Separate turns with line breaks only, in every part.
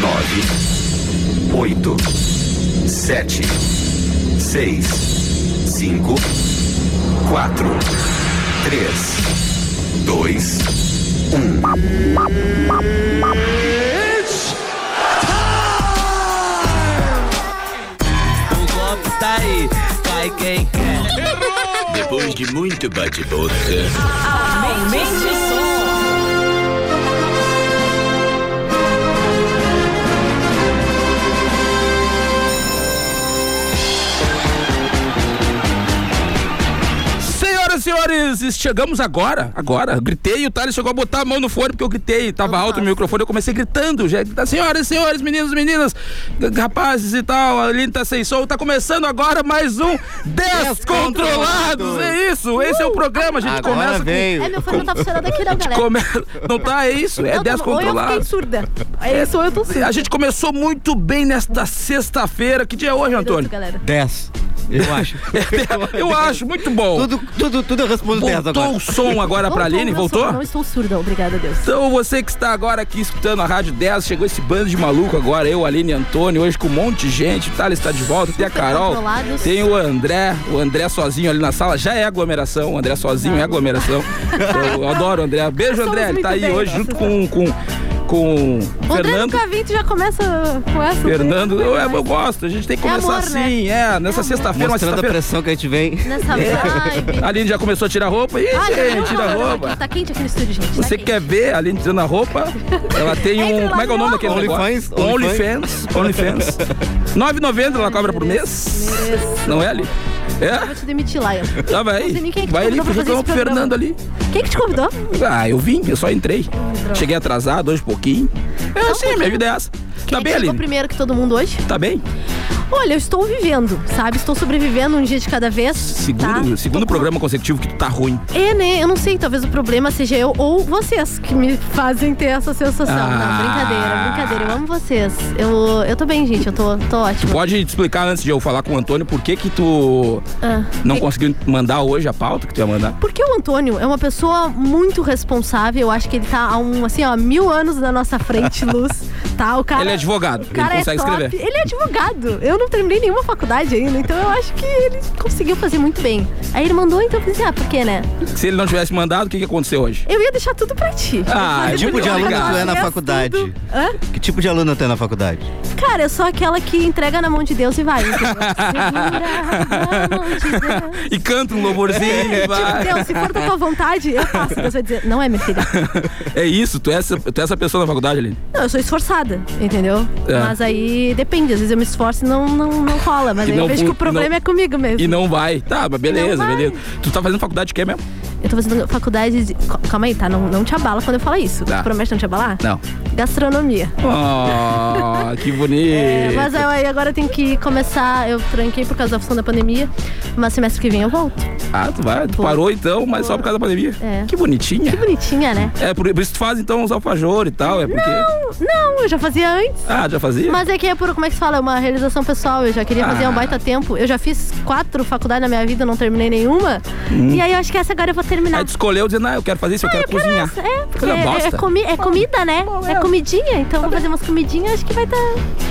Nove, oito, sete, seis, cinco, quatro, três, dois, um.
O golpe está aí, cai quem quer.
Depois de muito bate-boca,
Aumente o som.
Senhoras e senhores, chegamos agora, agora. Eu Gritei e o Thales chegou a botar a mão no fone porque eu gritei. Tava alto o microfone, eu comecei gritando. Já gritar, senhoras e senhores, meninos e meninas, g- rapazes e tal, a Aline tá sem som. Tá começando agora mais um Descontrolados. É isso, esse é o programa. A gente
Agora
começa com-
veio.
É, meu fone não tá funcionando aqui não, galera.
Come... Não tá, é isso, é
Não, tá bom. Ou eu fiquei
Descontrolados.
surda. É isso, ou eu tô surda.
A gente começou muito bem nesta sexta-feira. Que dia é hoje, Antônio?
Galera.
10. Eu acho.
Eu acho, muito bom.
Tudo, tudo, tudo eu respondo 10
Voltou
agora.
o som agora pra
Voltou,
Aline,
não
voltou?
sou- Não estou surda, obrigada a Deus.
Então você que está agora aqui escutando a Rádio 10, chegou esse bando de maluco agora, eu, Aline e Antônio, hoje com um monte de gente, o Thales está de volta, tem a
Super
Carol,
controlados.
tem o André, o André sozinho ali na sala, já é aglomeração, o André sozinho é aglomeração. Eu, adoro o André. Beijo,
Somos
André, ele
muito
tá aí
bem,
hoje
graças
junto
a
com, com, com
O André
Fernando.
nunca né? vi, tu já começa com essa.
Fernando, eu,
é
eu gosto, a gente tem que
É
começar
amor, né?
assim, é, nessa
amor.
sexta-feira, uma
Mostrando a
sexta-feira.
pressão que a gente vem.
Nessa vibe.
A Aline já começou a tirar a roupa, ih,
Olha,
gente,
não,
É. tira a
não, não,
roupa.
aqui Tá quente aqui no estúdio, gente. tá
Você
quente.
quer ver a Aline tirando a roupa? Ela tem
Entra
um.
lá
Como é que é o nome
no
daquele
OnlyFans,
negócio? OnlyFans. OnlyFans. 9,90 ela cobra por mês.
Mereço.
Não é, Aline?
Vou
É?
te demitir, Lion.
Tá, vai.
Não sei nem quem é que
Vai ali
convidou pra fazer
reclamar pro
esse programa.
Fernando ali.
Quem que te convidou?
Ah, eu vim, eu só entrei. Cheguei atrasado hoje um pouquinho. É assim, minha vida é essa. Tá
Quem
bem,
chegou
Aline?
primeiro que todo mundo hoje?
Tá bem?
Olha, eu estou vivendo, sabe? Estou sobrevivendo um dia de cada vez.
Segundo,
tá? Tô
segundo
com-
programa consecutivo que tu tá ruim.
É, né? Eu não sei, talvez o problema seja eu ou vocês que me fazem ter essa sensação.
Ah.
Não, brincadeira, brincadeira. Eu amo vocês. Eu, eu tô bem, gente. Eu tô, tô ótima.
Pode te explicar antes de eu falar com o Antônio por que que tu
Ah.
não conseguiu mandar hoje a pauta que tu ia mandar?
Porque o Antônio é uma pessoa muito responsável. Eu acho que ele tá há um, assim, ó, mil anos na nossa frente, Luz. Tá? O cara,
Ele é advogado,
o cara
ele consegue
é top.
escrever.
Ele é advogado. Eu não terminei nenhuma faculdade ainda, então eu acho que ele conseguiu fazer muito bem. Aí ele mandou, então eu pensei, ah, por quê, né?
Se ele não tivesse mandado, o que, que aconteceu hoje?
Eu ia deixar tudo pra ti. Eu
Ah,
ia fazer
tipo
por ti.
de aluno que
tu é na
Aliás,
faculdade.
tudo. Hã?
Que tipo de aluno tem na faculdade?
Cara, eu sou aquela que entrega na mão de Deus e vai. entendeu? Segura na mão de Deus.
E canta um louvorzinho.
É.
e vai.
Deus, se for da tua vontade, eu faço. Deus vai dizer, não é, minha filha.
É isso, tu é, essa, tu é essa pessoa na faculdade, Aline.
Não, eu sou esforçada, entendeu?
É.
Mas aí depende, às vezes eu me esforço e não, não, não rola. Mas
E
aí
não
eu vejo
fun-
que o problema
não-
é comigo mesmo.
E não vai. Tá, mas beleza,
não vai.
beleza. Tu tá fazendo faculdade de quê mesmo?
Eu tô fazendo faculdade de. Cal- Calma aí, tá? Não, não te abala quando eu falar isso.
Tá.
Tu promete não te abalar?
Não.
Gastronomia.
Oh, que bonito.
É, mas eu, aí agora eu tenho que começar. Eu tranquei por causa da função da pandemia, mas semestre que vem eu volto.
Ah, tu vai. Tu
Pô.
parou então, mas só por causa da pandemia.
É.
Que bonitinha.
Que bonitinha, né?
É, por por isso tu faz então os alfajores e tal, é porque...
Não, não, eu já fazia antes.
Ah, já fazia?
Mas é que é por, como é que se fala, é uma realização pessoal. Eu já queria fazer
Ah.
há um baita tempo. Eu já fiz quatro faculdades na minha vida, não terminei nenhuma.
Hum.
E aí eu acho que essa agora eu vou terminar.
Aí tu escolheu dizendo, ah, eu quero fazer isso, eu quero
Cara,
cozinhar.
essa- É, porque
Coisa
é,
bosta. Tá
é comi- é comida, né? É comidinha, então vou fazer umas comidinhas, acho que vai tá,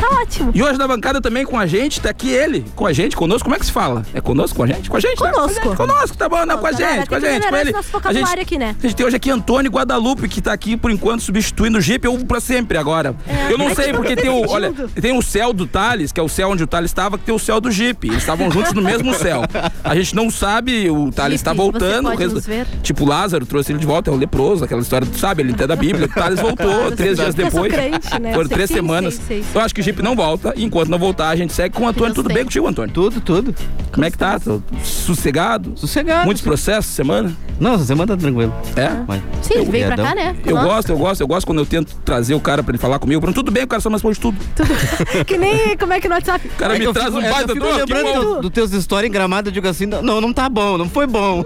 tá ótimo.
E hoje na bancada também com a gente, tá aqui ele, com a gente, conosco, como é que se fala? É conosco, com a gente? Com a gente, né?
Conosco.
Com a gente, conosco, tá bom, não, com a
Conosco, né?
gente, com a
Tem que
gente, com
melhorar
ele.
esse nosso
A gente,
vocabulário aqui, né?
a gente tem hoje aqui Antônio Guadalupe, que tá aqui, por enquanto, substituindo o Jeep, eu pra sempre agora. eu não
é que
sei,
eu tô
porque tem o,
decidindo.
olha, tem o céu do Thales, que é o céu onde o Thales estava, que tem o céu do Jeep. Eles estavam juntos no mesmo céu. A gente não sabe, o Thales
Jeep,
tá voltando.
você pode
o resto-
nos ver?
Tipo, Lázaro trouxe ele de volta, é um leproso, aquela história, tu sabe, ele até da Bíblia, o Thales voltou, três dias
Eu sou
depois.
crente, né? Eu
Foram
sei,
três
sei,
semanas.
sei, sei, sei.
Eu acho que o Jeep não volta. E enquanto não voltar, a gente segue com o Antônio.
Deus
Tudo bem
tem.
contigo, Antônio?
Tudo, tudo.
Como é que tá? Tô Sossegado?
Sossegado.
Muitos processos semana?
Não, você manda tranquilo.
É?
Mas-
Sim, ele veio pra
Viadão.
cá, né?
Eu
Nossa,
gosto, eu gosto, eu gosto quando eu tento trazer o cara pra ele falar comigo. Eu pergunto, tudo bem, o cara só me responde tudo.
Que nem, como é que no WhatsApp?
O cara
É que
me
eu
traz
fico-
um
é que
baita
eu fico
do
lembrando
que
do- dos teus stories em gramado, eu digo assim, não, não tá bom, não foi bom.
bom.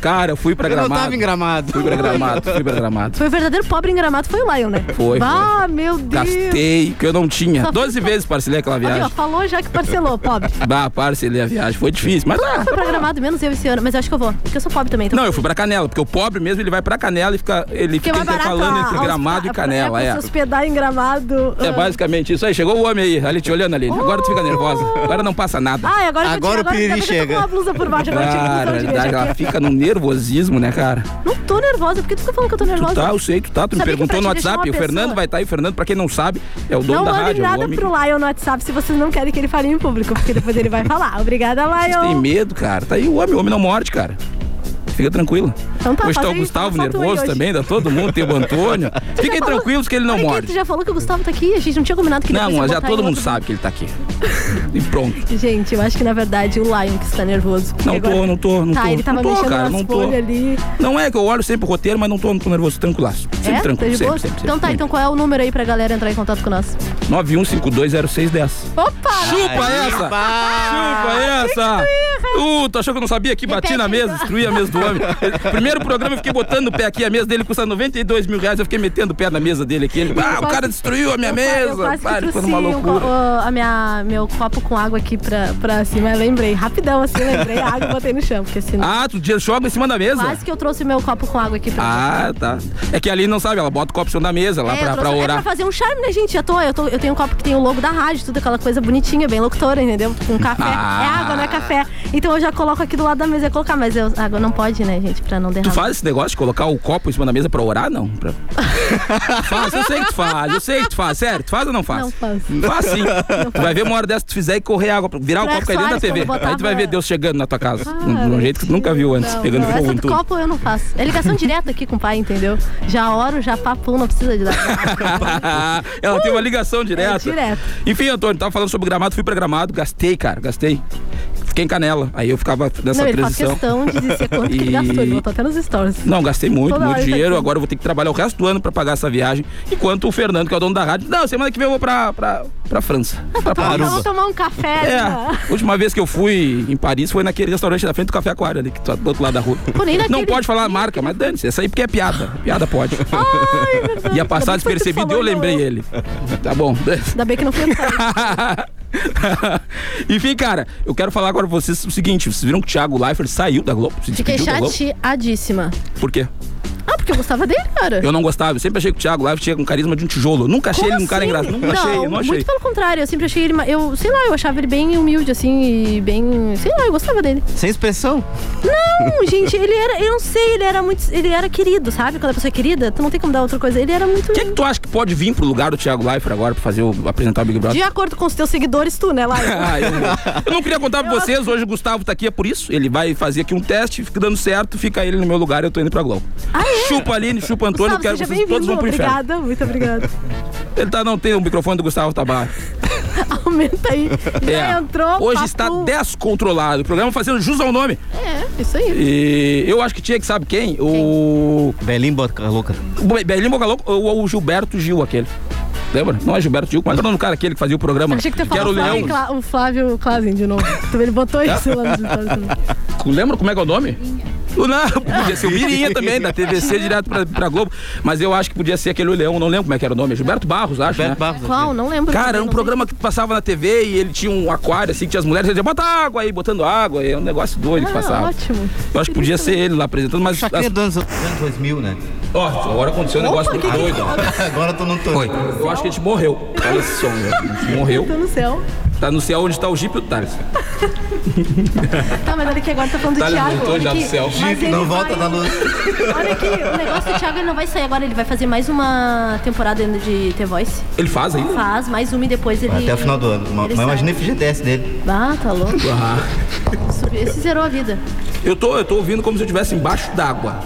Cara, eu fui pra
Eu não
Tá gramado.
tava em gramado.
Fui pra gramado, fui pra gramado.
Foi o verdadeiro pobre em gramado, foi o Lion, né?
Foi,
Ah, meu Deus.
Gastei, que eu não tinha.
Só fui
Doze
só-
vezes parcelei aquela
Olha, ó,
viagem.
falou já que parcelou, pobre.
Bah, parcelei a viagem. Foi difícil, mas. ah,
Foi programado menos eu esse ano, mas eu acho que eu vou. Porque eu sou pobre também. então
Não, eu fui Isso, pra Canela, porque o pobre mesmo ele vai pra Canela e fica, ele
Porque é
fica
mais barato
intercalando
a-
tá entre
a-
Gramado
a-
e Canela,
é.
é.
pra se hospedar em Gramado.
É
ah.
basicamente isso aí. Chegou o homem aí, ali te olhando ali. Agora tu fica nervosa.
Ah.
Agora não passa nada.
Ai, agora, eu vou
Agora
tirar-
o piriri
ainda bem que eu tô
chega.
com uma blusa por baixo, agora eu tiro a
Cara,
blusa de
é verdade,
verde
ela
então aqui.
fica num nervosismo, né, cara?
Não tô nervosa, por que tu fica falando que eu tô nervosa?
Tu tá, eu sei, tu tá. Tu me
Sabia que
perguntou
pra
no
te deixar
WhatsApp.
uma
O Fernando
pessoa-
vai estar aí. Fernando, pra quem não sabe, é o dono
Não
da
mandem
rádio. é o
nada
homem
pro Lion no WhatsApp se vocês não querem que ele fale em público, porque depois ele vai falar. Obrigada, Lion.
Tem medo, cara. Tá aí o homem, o homem não morde, cara. Fica tranquilo.
Então tá,
hoje tá
faz
o
aí,
Gustavo
fala só tu aí
nervoso
hoje.
também, dá todo mundo, tem o Antônio. Fiquem
falou-
tranquilos que ele não
Olha aqui,
morde.
Tu já falou que o Gustavo tá aqui? A gente não tinha combinado que ele
Não,
fosse
mas já
botar
todo
em
mundo
outro-
sabe que ele tá aqui. E pronto.
Gente, eu acho que na verdade o Lion que está nervoso. porque
Não tô, não tô, não
tá,
tô.
ele tava
Não tô,
mexendo
cara,
nas
não tô.
folhas ali.
Não é que eu olho sempre o roteiro, mas não tô, não tô nervoso, tranquilaço. Sempre
é?
tranquilo,
tá de
sempre,
boa?
sempre, sempre.
Então tá, então qual é o número aí pra galera entrar em contato com nós?
91520610.
Opa!
Chupa essa! Chupa essa! Uh, tu achou que eu não sabia que bati
Repete
na
aí,
mesa,
então.
destruí a mesa do homem. Primeiro programa eu fiquei botando o pé aqui, a mesa dele custa 92 mil reais, eu fiquei metendo o pé na mesa dele aqui. Ele, ah, o
quase-
cara destruiu a minha
Eu quase- Eu
mesa!
quase que
Pá, ficou
trouxe
numa
um, co-
loucura.
o- a minha, meu copo com água aqui pra, pra cima. Eu lembrei, rapidão assim, lembrei a água e botei no chão, porque senão...
Ah, tu joga em cima da mesa?
Quase que eu trouxe meu copo com água aqui pra
Ah, tá. É que ali não sabe, ela bota o copo em cima da mesa lá
É,
pra,
eu
pra
trouxe-
orar.
É pra fazer um charme, né, gente? Eu, tô, eu, tô- eu tenho um copo que tem o logo da rádio, tudo aquela coisa bonitinha, bem locutora, entendeu? Com café.
Ah.
É água, não é café. Então eu já coloco aqui do lado da mesa. Eu ia colocar, mas eu, água não pode, né, gente? Pra não
Tu
derramar.
faz esse negócio de colocar o copo em cima da mesa pra orar, não? Pra... faz, eu sei que tu faz, eu sei que tu faz. Sério, tu faz ou não faz?
Não faço.
Faz sim. Tu vai ver uma hora dessa tu fizer e correr água, virar o
Pra
copo cair dentro da
Soares,
TV.
quando
Aí tu vai
botava-
ver Deus chegando na tua casa.
Ah,
de um jeito que tu nunca viu antes,
não,
pegando
não,
fogo em
essa do
tudo.
copo eu não faço. É ligação direta aqui com o pai, entendeu? Já oro, já papo, não precisa de dar.
Ela tem uma ligação direta.
Uh, é direto.
Enfim, Antônio, tava falando sobre gramado, fui pra gramado, gastei, cara, gastei. Fiquei em canela. Aí eu ficava nessa
não, ele faz
transição.
questão de dizer quanto que ele
E-
gastou. Ele botou até nos stories.
Não, gastei muito,
Toda hora
muito
ele tá
dinheiro.
aqui.
Agora eu vou ter que trabalhar o resto do ano pra pagar essa viagem. Enquanto o Fernando, que é o dono da rádio, não, semana que vem eu vou pra, pra, pra França. pra
Então
Paris.
vamos tomar um café.
tá É,
né?
a última vez que eu fui em Paris foi naquele restaurante da frente do Café Aquário, ali, que tá do outro lado da rua.
Pô, nem naquele-
Não pode falar a marca, mas dane-se, essa aí porque é piada. Piada pode.
Ai, verdade.
Ia passar
Ainda bem que foi tu que
despercebido e eu
falou,
lembrei
não.
ele. Tá bom.
Ainda bem que não foi o pai.
Enfim, cara, eu quero falar agora pra vocês o seguinte: vocês viram que o Thiago Leifert saiu da Globo? Se
Fiquei
despediu da Globo?
chateadíssima.
Por quê?
Ah, porque eu gostava dele, cara.
Eu não gostava, eu sempre achei que o Thiago Live tinha com carisma de um tijolo. Eu nunca achei
Como
ele um cara
assim?
engraçado. Nunca achei, eu não achei.
Muito pelo contrário, eu sempre achei ele. ma- Eu, sei lá, eu achava ele bem humilde, assim, e bem. Sei lá, eu gostava dele.
Sem expressão?
Não, gente, ele era. Eu não sei, ele era muito. Ele era querido, sabe? Quando a pessoa é querida, tu não tem como dar outra coisa. Ele era muito.
O que, é que tu acha que pode vir pro lugar do Thiago Leifert agora pra fazer o, apresentar o Big Brother?
De acordo com os teus seguidores, tu, né, Laia?
Ah, eu, eu não queria contar pra vocês, hoje o Gustavo tá aqui, é por isso. Ele vai fazer aqui um teste, fica dando certo, fica ele no meu lugar, eu tô indo pra Globo.
Ah, é?
Chupa Aline, chupa Antônio, eu
Gustavo,
quero
seja
que vocês
bem-vindo.
todos vão pro inferno.
Obrigada, muito obrigada.
Ele tá, não tem o microfone do Gustavo Tabar.
Aumenta aí. Já entrou.
É, Hoje
papo.
está descontrolado. O programa fazendo jus ao nome.
É, isso aí.
E eu acho que tinha que sabe quem? O.
Belinho boca louca.
Be- Belinho Boca Louca ou o Gilberto Gil, aquele. Lembra? Não é Gilberto Gil, mas era o nome do cara aquele que fazia o programa.
Achei que tu ia falar
era o
o Flávio,
Leão.
Cla- o Flávio Klazen de novo. Então ele botou isso lá nos stories.
Lembra como é que é o nome? O- Não, podia ser o Mirinha também, da TVC direto pra, pra Globo. Mas eu acho que podia ser aquele Leão, não lembro como é que era o nome. Gilberto Barros, acho, né?
Beto Barros.
Qual? Não lembro.
Cara, era um
Não
programa que passava na TV e ele tinha um aquário, assim, que tinha as mulheres, ele dizia, bota água aí, botando água, é um negócio doido que
Ah,
passava.
ótimo.
Eu acho que podia ser ele lá apresentando, mas.
Chacrinha
as-
dos anos, dos anos 2000, né?
Ó, agora aconteceu um negócio muito doido.
Agora tu não tô.
Foi. Eu acho que a gente morreu. Olha só, a gente morreu.
Tá no céu.
Tá no céu onde tá o Jeep e o Thales.
Tá, mas olha aqui, agora tá falando do
Tá, ele
Thiago.
voltou
olha
já
aqui.
do céu.
Mas
Jeep,
ele
não volta
vai-
da luz.
Olha aqui, o negócio do Thiago ele não vai sair agora, ele vai fazer mais uma temporada ainda de The Voice.
Ele faz ainda?
Faz mais uma e depois ele.
Até o final do ano. Mas
sai.
imagina o FGTS dele.
Ah, tá louco.
Ah.
Esse zerou a vida.
Eu tô, eu tô ouvindo como se eu estivesse embaixo d'água.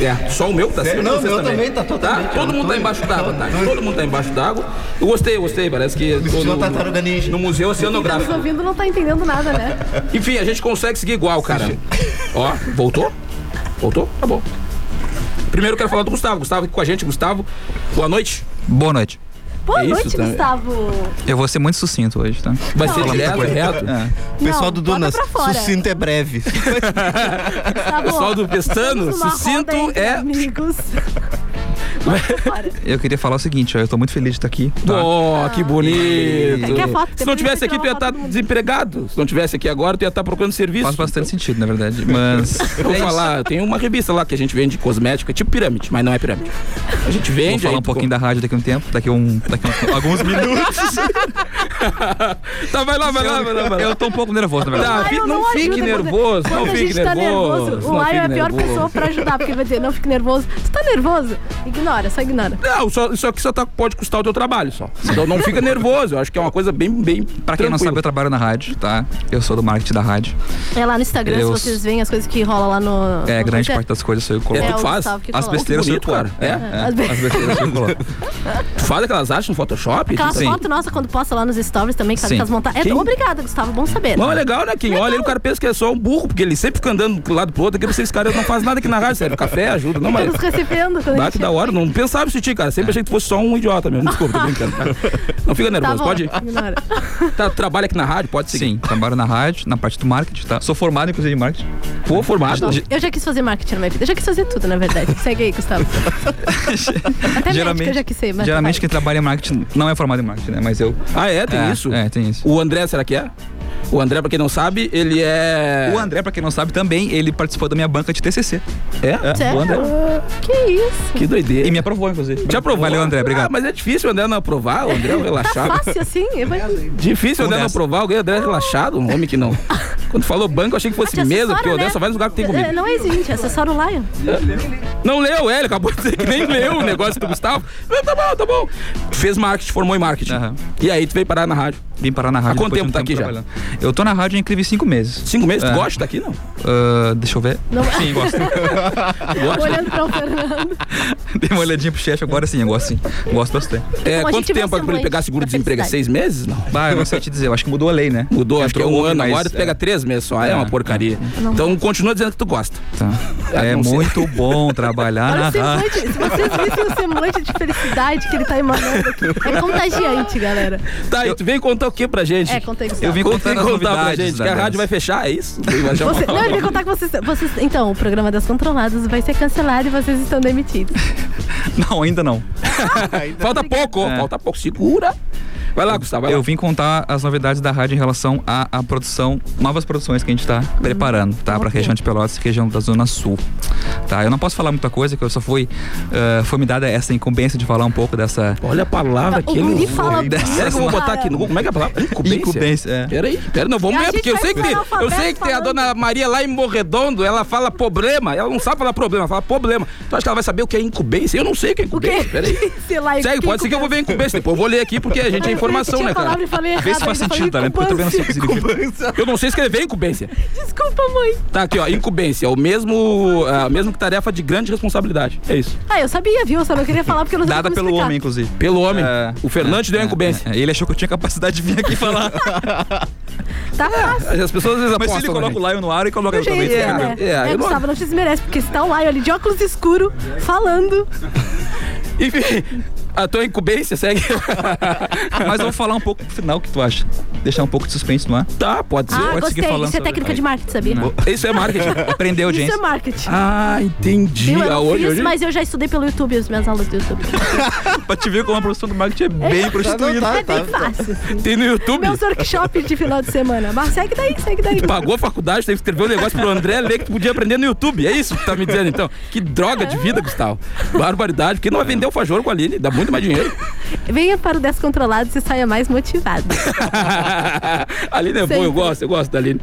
É, só o meu que tá certo.
não,
vocês
meu também tá totalmente,
Todo
eu
mundo
tô-
tá embaixo d'água, tá? Todo mundo tá embaixo d'água. Eu gostei, eu gostei. Parece que eu tô
estilo
no,
tartaruga ninja.
no Museu
Tá nos
Oceanográfico.
ouvindo não tá entendendo nada, né?
Enfim, a gente consegue seguir igual, cara. Ó, voltou? Voltou? Tá bom. Primeiro eu quero falar do Gustavo. Gustavo aqui com a gente. Gustavo, boa noite.
Boa noite.
Boa
É isso
noite,
também.
Gustavo.
Eu vou ser muito sucinto hoje, tá?
Vai ser
Não.
direto, reto.
É. O pessoal
Não,
do
bota
Dunas,
pra fora.
sucinto é breve.
Gustavo,
Pessoal É do Pestano, é.
estamos numa
sucinto
roda entre
é-
Amigos.
Eu queria falar o seguinte, ó, eu tô muito feliz de estar aqui. tá?
Oh, que bonito.
É que a foto-
Se não
depois
tivesse
você
aqui,
tira
tu ia
uma foto
estar
do mundo.
desempregado. Se não tivesse aqui agora, tu ia estar procurando serviço.
Faz bastante sentido, na verdade. Mas.
Eu
É
Vou falar, tem uma revista lá que a gente vende cosmético, é tipo pirâmide, mas não é pirâmide. A gente
Vou
vende.
falar
aí
um
tu
pouquinho da rádio daqui a um tempo, daqui a um. Daqui a um- alguns minutos.
compra. Tá, vai lá, vai lá, vai lá. Vai lá.
Eu tô um pouco nervoso, na verdade.
Tá,
Ai,
fi-
eu
não,
ajudo
fique
quando-
nervoso,
Quando
não
a
fique
gente tá nervoso,
nervoso.
o
não
Lion é a
fique
pior
nervoso.
pessoa pra ajudar, porque vai dizer, não fique nervoso. Você tá nervoso? Ignora, só ignora.
Não, só, isso aqui só tá- pode custar o teu trabalho só. Então não fica nervoso, eu acho que é uma coisa bem, bem.
Pra quem não sabe, eu trabalho na rádio, tá? Eu sou do marketing da rádio.
É lá no Instagram,
Eu-
se vocês veem as coisas que rolam lá no.
É,
no
grande
Twitter.
parte das coisas sou eu que
É,
coloco.
o
tu faz?
Gustavo que
As
coloca.
besteiras sou eu que
Bonito,
coloco.
cara. É?
É, as besteiras sou eu que coloco.
Tu faz aquelas achas no Photoshop? tipo assim.
Aquela
Sim.
foto nossa quando posta lá nos stories também, que tá
Sim.
com as montagens.
Quem-
É, obrigada, Gustavo, bom saber.
Não, é legal, né? Quem olha, ele, o cara pensa que é só um burro, porque ele sempre fica andando de um lado pro outro, que vocês, cara, não faz nada aqui na rádio, serve café, ajuda. Não, mas.
Estamos recebendo quando a
Dá um
gente
que da hora, não pensava isso de ti, cara. Sempre achei que tu fosse só um idiota mesmo. Desculpa, tô brincando. Não
tá
fica nervoso,
bom,
pode?
Ignora.
Tá, trabalha aqui na rádio, pode seguir.
Sim, trabalho na rádio, na parte do marketing, tá? Sou formado, inclusive, em marketing.
Pô, formado.
Ge-
Eu já quis fazer marketing na minha vida. Eu já quis fazer tudo, na verdade. Segue aí, Gustavo. Até médica eu já quis ser, mas.
geralmente quem trabalha em marketing não é formado em marketing, né? Mas eu.
Ah, é? Tem
É,
isso?
É, tem isso.
O André, será que é? O André, pra quem não sabe, ele é.
O André, pra quem não sabe, também, ele participou da minha banca de TCC.
É?
Sério?
O André.
Que isso?
Que doideira.
E me aprovou, inclusive.
Já aprovou.
Valeu, André.
Ah,
Obrigado.
mas é difícil o André não aprovar, o André é um relaxado.
Fácil assim? Eu vou-
difícil o André não
Vamos
aprovar, alguém o André é relaxado, um homem que não. Quando falou banco, eu achei que fosse
Te
mesa,
assessora,
porque o André
né?
só vai nos lugares que tem comida.
É, Não é exigente, assessora o Lion.
Não leu, é, ele acabou de dizer que nem leu o negócio do Gustavo. Mas Tá bom, tá bom. Fez marketing, formou em marketing.
Aham.
E aí tu veio parar na rádio.
Vim parar na rádio.
Há quanto
depois de
tempo
um
tá aqui já?
trabalhando. Eu tô na rádio há incríveis cinco meses.
Cinco meses, tu
É.
gosta daqui, não?
Ah, deixa eu ver.
Não-
Sim, gosto.
Olhando pra o Fernando.
Dei uma olhadinha pro chefe agora, sim, eu gosto sim. Gosto bastante.
É,
Bom, a
quanto
gente vai
tempo é pra ele
somando
pegar seguro-desemprego? É
pra
Seis meses? Não.
Bah, eu não sei te dizer, eu acho que mudou a lei, né?
Mudou, acho que é
Entrou
um
ontem,
ano
mas,
agora, tu
é,
pega três meses só. É,
É.
uma porcaria. Então continua dizendo que tu gosta.
tá.
Ah,
É
não sei.
muito bom trabalhar
Olha
na
o
rádio.
semblante. Se vocês vissem o semblante de felicidade que ele tá emanando aqui. É contagiante, galera.
Tá, e tu veio contar o que pra gente?
É, contei, Gustavo.
Eu vim
Conta
contando
aí,
as
contar pra
novidades.
gente que
da
a
dança.
rádio vai fechar, é isso? Vai já-
Você- não, eu ia contar que vocês, vocês. Então, o programa das controladas vai ser cancelado e vocês estão demitidos.
Não, ainda não.
Falta pouco,
É.
falta pouco. Segura. Vai lá, Gustavo. Vai
Eu
lá.
vim contar as novidades da rádio em relação à, à produção, novas produções que a gente tá
Hum.
preparando, tá? Pra região de Pelotas e região da Zona Sul. Tá? Eu não posso falar muita coisa, que eu só fui. ah, foi me dada essa incumbência de falar um pouco dessa.
Olha a palavra que
O
ele
Guri
usou.
fala
Será que eu vou botar aqui no Google? Como é que é a palavra? Incumbência.
Incumbência, é.
Peraí, peraí, não vamos
E a
ganhar,
gente
porque eu
vai
sei que
pro
tem. Eu sei que tem a
analfabeto
dona Maria lá em Morredondo, ela fala problema. Ela não sabe falar problema, ela fala problema. Tu acha que ela vai saber o que é incumbência? Eu não sei o que é
O
incumbência.
quê?
Peraí.
Sei lá, é
Segue, pode ser que eu vou ver incumbência. Depois eu vou ler aqui porque a gente é informação, né, cara?
Vê se faz sentido, tá? né? Porque eu também não
assim,
sei o que significa.
Eu não sei escrever incumbência.
Desculpa, mãe.
Tá aqui, ó. Incumbência. O mesmo. é A mesma que tarefa de grande responsabilidade. É isso.
Ah, eu sabia, viu? Eu só não queria falar porque eu não sei
Dada
como
pelo
explicar.
homem, inclusive.
Pelo homem.
É,
o Fernandes deu a incumbência.
É, é, ele achou que eu tinha capacidade de vir aqui falar.
Tá fácil.
As pessoas às vezes
Mas se
apostam.
ele
na
coloca
gente.
o Lion no ar e coloca
Do
eu também. tá
jeito que
é,
ele
né?
é.
é, eu
É,
não-
Gustavo, não te desmerece, porque está o Lion ali de óculos escuro, falando.
Enfim, a tua incumbência segue. é.
Mas eu vou falar um pouco pro final o que tu acha. Deixar um pouco de suspense no ar.
tá, pode ser.
Ah,
pode seguir
gostei.
falando
Isso é
sobre-
técnica
Aí.
de marketing, sabia?
Não.
Isso é marketing.
Aprender a
Isso é
audiência.
marketing.
Ah, entendi.
Viu? Eu
Ah,
não
hoje,
fiz,
hoje...
mas eu já estudei pelo YouTube as minhas aulas do YouTube.
pra te ver como a produção do marketing é
tá
bem prostituída.
é bem fácil. assim.
tem no YouTube.
Meus workshops de final de semana. Mas segue daí, segue daí.
Pagou a faculdade, teve que escrever um negócio pro André ler que tu podia aprender no YouTube. É isso que tu tá me dizendo, então. Que droga de vida, Gustavo. Barbaridade. Porque não vai vender o fajor com a Aline? Dá muito mais dinheiro.
Venha para o Descontrolados e saia mais motivado.
a Aline é boa,
Sempre.
eu gosto, eu gosto da Aline.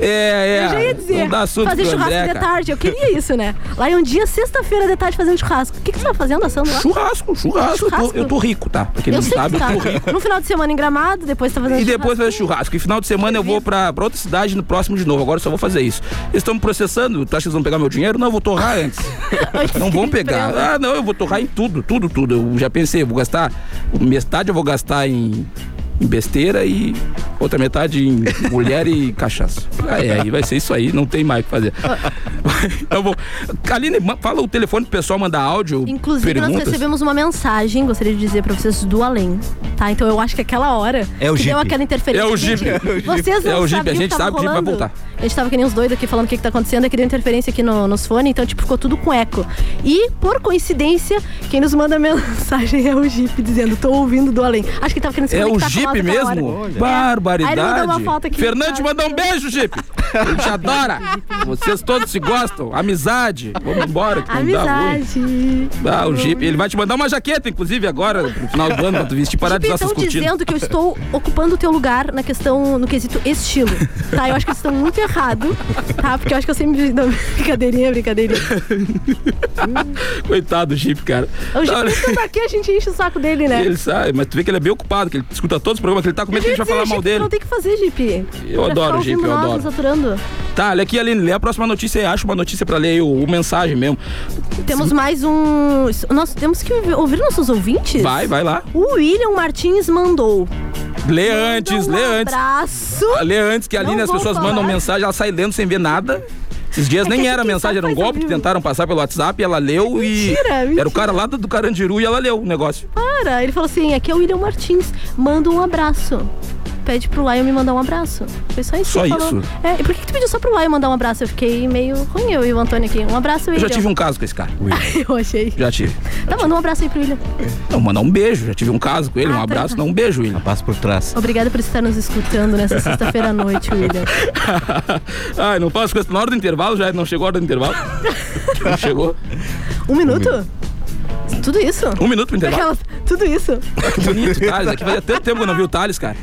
É, é.
Eu já ia dizer,
Não dá assunto
fazer
pro
churrasco
André,
de
cara.
tarde. Eu queria isso, né? Lá é um dia, sexta-feira de tarde, fazendo churrasco. O que, que você tá fazendo assando lá?
Churrasco, churrasco. Eu tô- Eu, tô,
Churrasco?
rico, tá? Pra quem
Eu
não
sei
sabe,
que
eu
tá.
tô rico.
No final de semana em Gramado, depois tá fazendo
E depois fazer
churrasco.
churrasco. E final de semana eu vou pra, pra outra cidade no próximo de novo. Agora eu só vou fazer isso. Eles estão me processando. Tu acha que eles vão pegar meu dinheiro? Não, eu vou torrar antes. Não vão pegar. Ah, não, eu vou torrar em tudo, tudo, tudo. Eu já pensei, eu vou gastar. Metade eu vou gastar em, em besteira e outra metade em mulher e cachaça. Aí, aí vai ser isso aí, não tem mais o que fazer. Então, bom. Aline, ma- fala o telefone pro pessoal mandar áudio.
Inclusive, nós
perguntas.
recebemos uma mensagem, gostaria de dizer pra vocês, do além. Tá? Então eu acho que aquela hora
É o
que deu
Jeep.
aquela interferência.
É o
Gente,
Jeep. É o Jeep.
Vocês não
É o Jeep,
sabiam
a gente
que tava
sabe que ele vai
rolando.
voltar.
A gente tava que nem os doidos aqui falando o que, que tá acontecendo, é que deu interferência aqui no, nos fones, então, tipo, ficou tudo com eco. E, por coincidência, quem nos manda mensagem é o Jeep, dizendo, tô ouvindo do além. Acho que ele tava querendo se
É o
conectar tá com
Jeep
nós naquela hora.
mesmo?
Olha.
Barbaridade.
Aí ele mandou uma foto aqui. tá?
Fernandes, mandou um beijo, Jeep. Ele te adora. Vocês todos se gostam. Amizade. Vamos embora. Que não dá ruim.
Amizade.
Ah, o Jeep. Ele vai te mandar uma jaqueta, inclusive, agora, no final do ano, pra tu vestir parar de
Tipo,
usar essas
estão
cortinas.
dizendo que eu estou ocupando o teu lugar na questão, no quesito estilo. Tá? Eu acho que eles estão muito errados, tá? Porque eu acho que eu sempre. Não, brincadeirinha, brincadeirinha.
Coitado do Jeep, cara.
É O
Não,
Jeep
ele-
sempre aqui, a gente enche o saco dele, né?
Ele sabe, mas tu vê que ele é bem ocupado, que ele escuta todos os programas, que ele tá com medo que a gente vai
Quer dizer,
falar
Jeep,
mal
tu
dele.
Não tem o que fazer, Jeep.
Eu
Pra
adoro
ficar
o Jeep,
ouvindo
eu
nós,
adoro.
Saturando.
Tá, olha aqui, Aline, lê a próxima notícia e acha uma notícia pra ler aí, o, o mensagem mesmo.
Temos mais um. Nós temos que ouvir nossos ouvintes?
Vai, vai lá.
O William Martins mandou.
Lê antes,
Manda um
lê antes.
Abraço.
Lê antes, que a Aline
Não
as
vou
pessoas mandam
falar.
mensagem, ela sai lendo sem ver nada. Esses dias
É que
nem
aqui
era
quem
mensagem,
sabe
era um
faz ao
golpe que
vivo.
tentaram passar pelo WhatsApp, ela leu e.
Mentira,
Era o
mentira.
cara lá do, do Carandiru e ela leu o negócio.
Para, ele falou assim: aqui é o William Martins, manda um abraço. Pede pro Lion me mandar um abraço. Foi só isso.
Só
que ele falou.
isso?
É, e por que, que tu pediu só pro Lion mandar um abraço? Eu fiquei meio ruim, eu e o Antônio aqui. Um abraço,
Eu
William.
já tive um caso com esse cara.
Eu achei.
Já tive.
Tá, manda um abraço aí pro William.
Não, mandar um beijo. Já tive um caso com ele,
Ah,
um
tá,
abraço,
tá.
não um beijo, William.
Passa por trás.
Obrigada por estar nos escutando nessa sexta-feira à noite, William.
Ai, não posso coisa. Na hora do intervalo, já não chegou a hora do intervalo. não chegou.
Um minuto? Tudo isso?
Um minuto pro intervalo.
Aquela- Tudo isso?
Que bonito, Thales. Aqui fazia tanto tempo que eu não vi o Thales, cara.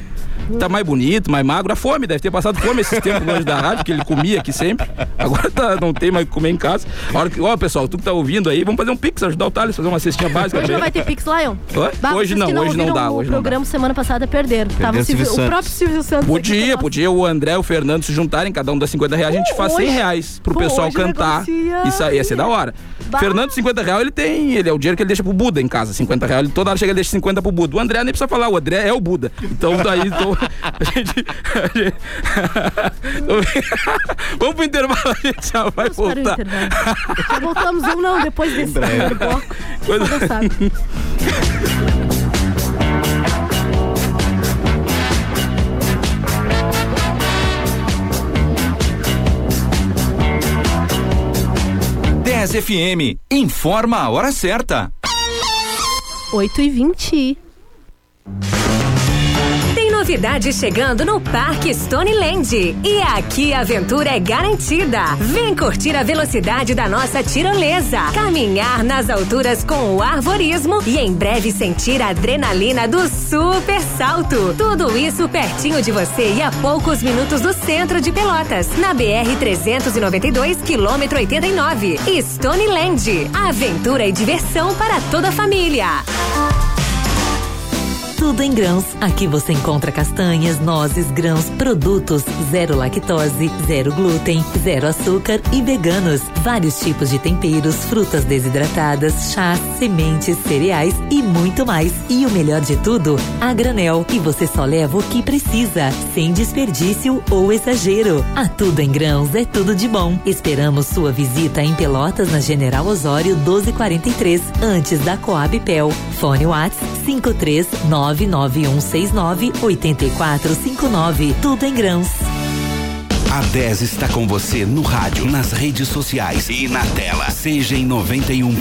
Tá mais bonito, mais magro. A fome, deve ter passado fome esses tempos longe da rádio, que ele comia aqui sempre. Agora tá, não tem mais o que comer em casa. A hora que, ó, pessoal, tu que tá ouvindo aí, vamos fazer um pix, ajudar o Thales, fazer uma cestinha básica.
Hoje
pra
não
ele.
vai ter Pix Lion?
Hã? Hoje
vocês
não,
que
hoje não
ouviram
dá,
O
hoje não dá.
programa semana passada perderam. Tava
Perderam
o,
o Silvio
Silvio- o
Santos.
próprio Silvio Santos. aqui
Podia,
falando.
podia o André, o Fernando se juntarem, cada um dá 50 reais, a gente
Pô,
faz 100
hoje-
reais pro
pô,
pessoal
hoje
cantar.
negocia
Isso aí ia ser da hora.
Bah.
Fernando, 50 reais, ele tem. Ele é o dinheiro que ele deixa pro Buda em casa. 50 reais, ele, toda hora chega ele deixa 50 pro Buda. O André nem precisa falar, o André é o Buda. Então daí então, a gente. a gente- Então, Vamos pro intervalo, a gente já vai
Vamos para o
voltar.
intervalo. Já voltamos um, não, depois desse primeiro bloco.
Coisa-
Só Deus sabe.
FM informa a hora certa.
8 e 20
Tem novidade chegando no Parque Stoneland. E aqui a aventura é garantida. Vem curtir a velocidade da nossa tirolesa, caminhar nas alturas com o arvorismo e em breve sentir a adrenalina do super salto. Tudo isso pertinho de você e a poucos minutos do centro de Pelotas, na BR 392, quilômetro 89. Stoneland, aventura e diversão para toda a família.
Tudo em grãos. Aqui você encontra castanhas, nozes, grãos, produtos zero lactose, zero glúten, zero açúcar e veganos. Vários tipos de temperos, frutas desidratadas, chás, sementes, cereais e muito mais. E o melhor de tudo, a granel. E você só leva o que precisa, sem desperdício ou exagero. A Tudo em Grãos é tudo de bom. Esperamos sua visita em Pelotas na General Osório 1243, antes da Coab Pel. Fone Whats 53991698459. Tudo em Grãos.
A 10 está com você no rádio, nas redes sociais e na tela. Seja em 91.9,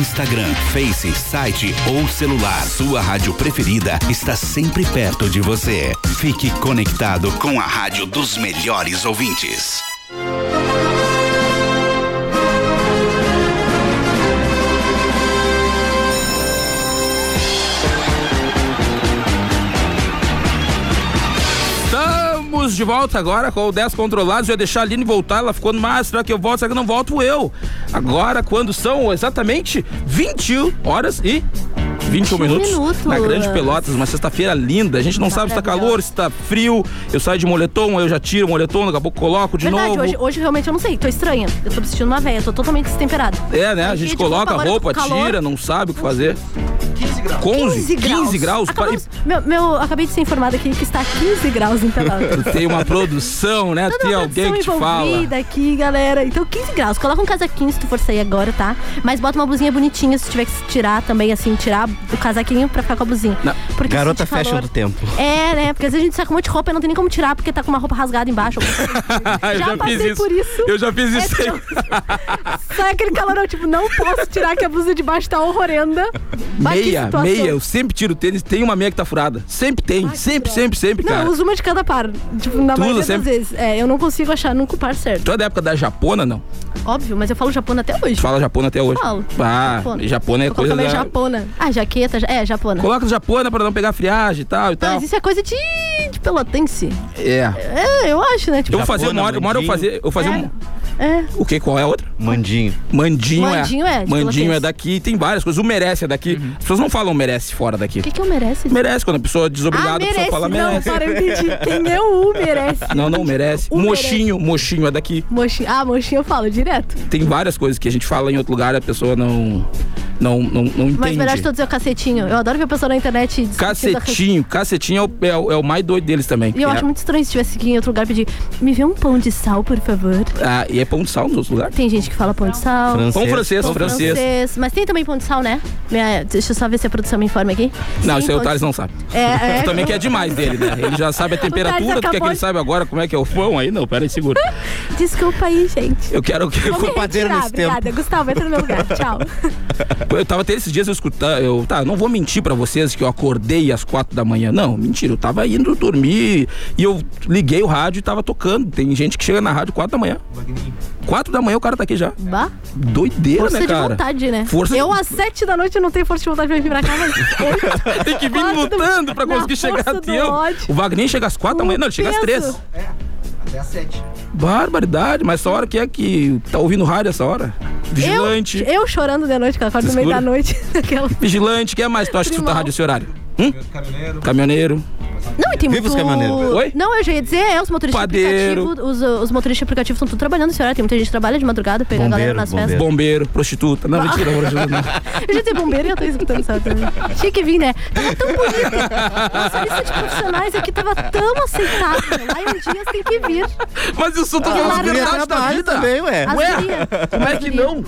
Instagram, Face, site ou celular. Sua rádio preferida está sempre perto de você. Fique conectado com a rádio dos melhores ouvintes.
Estamos de volta agora com o 10 controlados. Eu ia deixar a Aline voltar, ela ficou numa. "Ah, Será que eu volto? Será que eu não volto eu? Agora, quando são exatamente 21 horas e. 21 minutos,
minutos.
na Grande Pelotas, uma sexta-feira linda. A gente não sabe se tá calor, se tá frio. Eu saio de moletom, eu já tiro o moletom, daqui a pouco coloco de
Verdade,
novo.
Hoje, hoje realmente eu não sei, tô estranha. Eu tô me sentindo uma véia, tô totalmente destemperada.
É, né? A
Tem
gente
dia de
coloca
roupa,
a
agora
roupa,
tá com calor.
tira, não sabe o que fazer. 11, 15 graus.
15 graus. Acabamos- meu, meu, acabei de ser informada aqui que está 15 graus em Pelotas.
E Tem uma produção, né?
Toda
Tem
uma
alguém que te
produção
fala.
envolvida aqui, galera. Então, 15 graus. Coloca um casaquinho se tu for sair agora, tá? Mas bota uma blusinha bonitinha se tiver que tirar também, assim, tirar o casaquinho pra ficar com a blusinha.
Não.
Porque
Garota
sente
fashion
calor.
do tempo.
É, né? Porque às vezes a gente sai com um monte de roupa e não tem nem como tirar porque tá com uma roupa rasgada embaixo.
Eu
Já passei por isso.
Eu já fiz isso.
É,
aí.
não. Sai aquele calorão, tipo, não posso tirar que a blusa de baixo tá horrenda. Bah, que
Meia,
situação.
meia. Eu sempre tiro o tênis. Tem uma meia que tá furada. Sempre tem. sempre, sempre, sempre,
Não,
cara.
eu uso uma de cada par. Tipo, na
Tu usa
maioria das
sempre?
vezes. É, eu não consigo achar nunca o par certo.
Tu é da época da Japona, não?
Óbvio, mas eu falo japona até
Tu
hoje.
fala Japona até hoje.
Falo.
Ah, Japona, é
eu
coisa
coloco meio
da...
japona. Ah, jaqueta, ja- é, japona.
Coloca no Japona pra não pegar friagem e tal e
Ah,
tal.
mas isso é coisa de, de pelotense.
É.
É, eu acho, né? Tipo,
Eu vou fazer uma hora, uma hora eu fazer, eu fazer um,
é.
o que qual é a outra?
Mandinho.
Mandinho,
Mandinho
é.
é, de
Mandinho
Pelotense.
é daqui, tem várias coisas. O merece é daqui. As pessoas não falam merece fora daqui.
O que que eu merece?
Merece quando a pessoa é desobrigada,
ah,
a pessoa
merece.
fala
não,
merece.
para, eu entendi. Quem é o U merece.
Não, não merece.
O
mochinho, mochinho é daqui.
Moxinha. Ah, mochinha eu falo direto.
Tem várias coisas que a gente fala em outro lugar e a pessoa não não não, não
Mas
entende.
melhor de todos é o cacetinho. Eu adoro ver a pessoa na internet discutindo a rece-
Cacetinho, cacetinho é o, é o- é o mais doido deles também.
E eu
É-
acho muito estranho se tivesse que ir em outro lugar e pedir me vê um pão de sal, por favor.
ah, e é pão de sal nos outros lugares.
Tem gente que fala pão de sal.
Pão francês,
pão
francês.
Mas tem também pão de sal, né? Minha- deixa eu só ver se a produção me informa aqui.
Não,
Sim,
isso aí
pão
o
de-
Thales não sabe.
É, é.
Também que é demais dele, né? Ele já sabe a temperatura, tu quer que
acabou
ele
de-
saiba agora como é que é o pão aí? Não, pera aí, segura.
Desculpa aí, gente.
Eu quero que.
Vou me
padeiro
retirar,
nesse tempo.
Obrigada. Gustavo, entra no meu lugar. Tchau.
Eu tava até esses dias eu escutar, eu tá, não vou mentir pra vocês que eu acordei às quatro da manhã. Não, mentira, eu tava indo dormir e eu liguei o rádio e tava tocando. Tem gente que chega na rádio quatro da manhã. Quatro da manhã o cara tá aqui já.
Bah,
Doideira,
força
né,
de
cara?
vontade, né?
Força de-
Eu às sete da noite não tenho força de vontade pra vir pra cá, mas oito.
Tem que vir
Força do-
lutando pra
na
conseguir chegar
força
a
do
tempo.
ódio.
O Wagner chega às quatro da manhã, não, ele chega às
Penso.
três.
Até às sete.
Barbaridade, mas essa hora que é que tá ouvindo rádio essa hora? Vigilante.
Eu, eu chorando de noite, que eu acordo no meio
Segura.
da noite. Daquela...
Vigilante, quem é mais que tu acha que escuta
Primal.
rádio esse horário? Hum? Caminhoneiro.
Não, e tem
Viva os
muito...
caminhoneiros.
Oi?
Não, eu já ia dizer, é, os motoristas
Padeiro.
aplicativos, os, os motoristas aplicativos estão tudo trabalhando esse horário. Tem muita gente que trabalha de madrugada, pega a galera
Bombeiro,
nas
bombeiro.
festas.
Bombeiro, prostituta. Não, mentira, prostituta não.
Eu já tenho é bombeiro e eu tô escutando essa também. Tinha que vir, né? Tava tão bonita. Nossa lista de profissionais aqui tava tão aceitável. Aí um dia tem que vir.
Mas isso tudo
Claro,
é
claro.
verdade da vida.
também, ué.
As gurias.
Como é que não?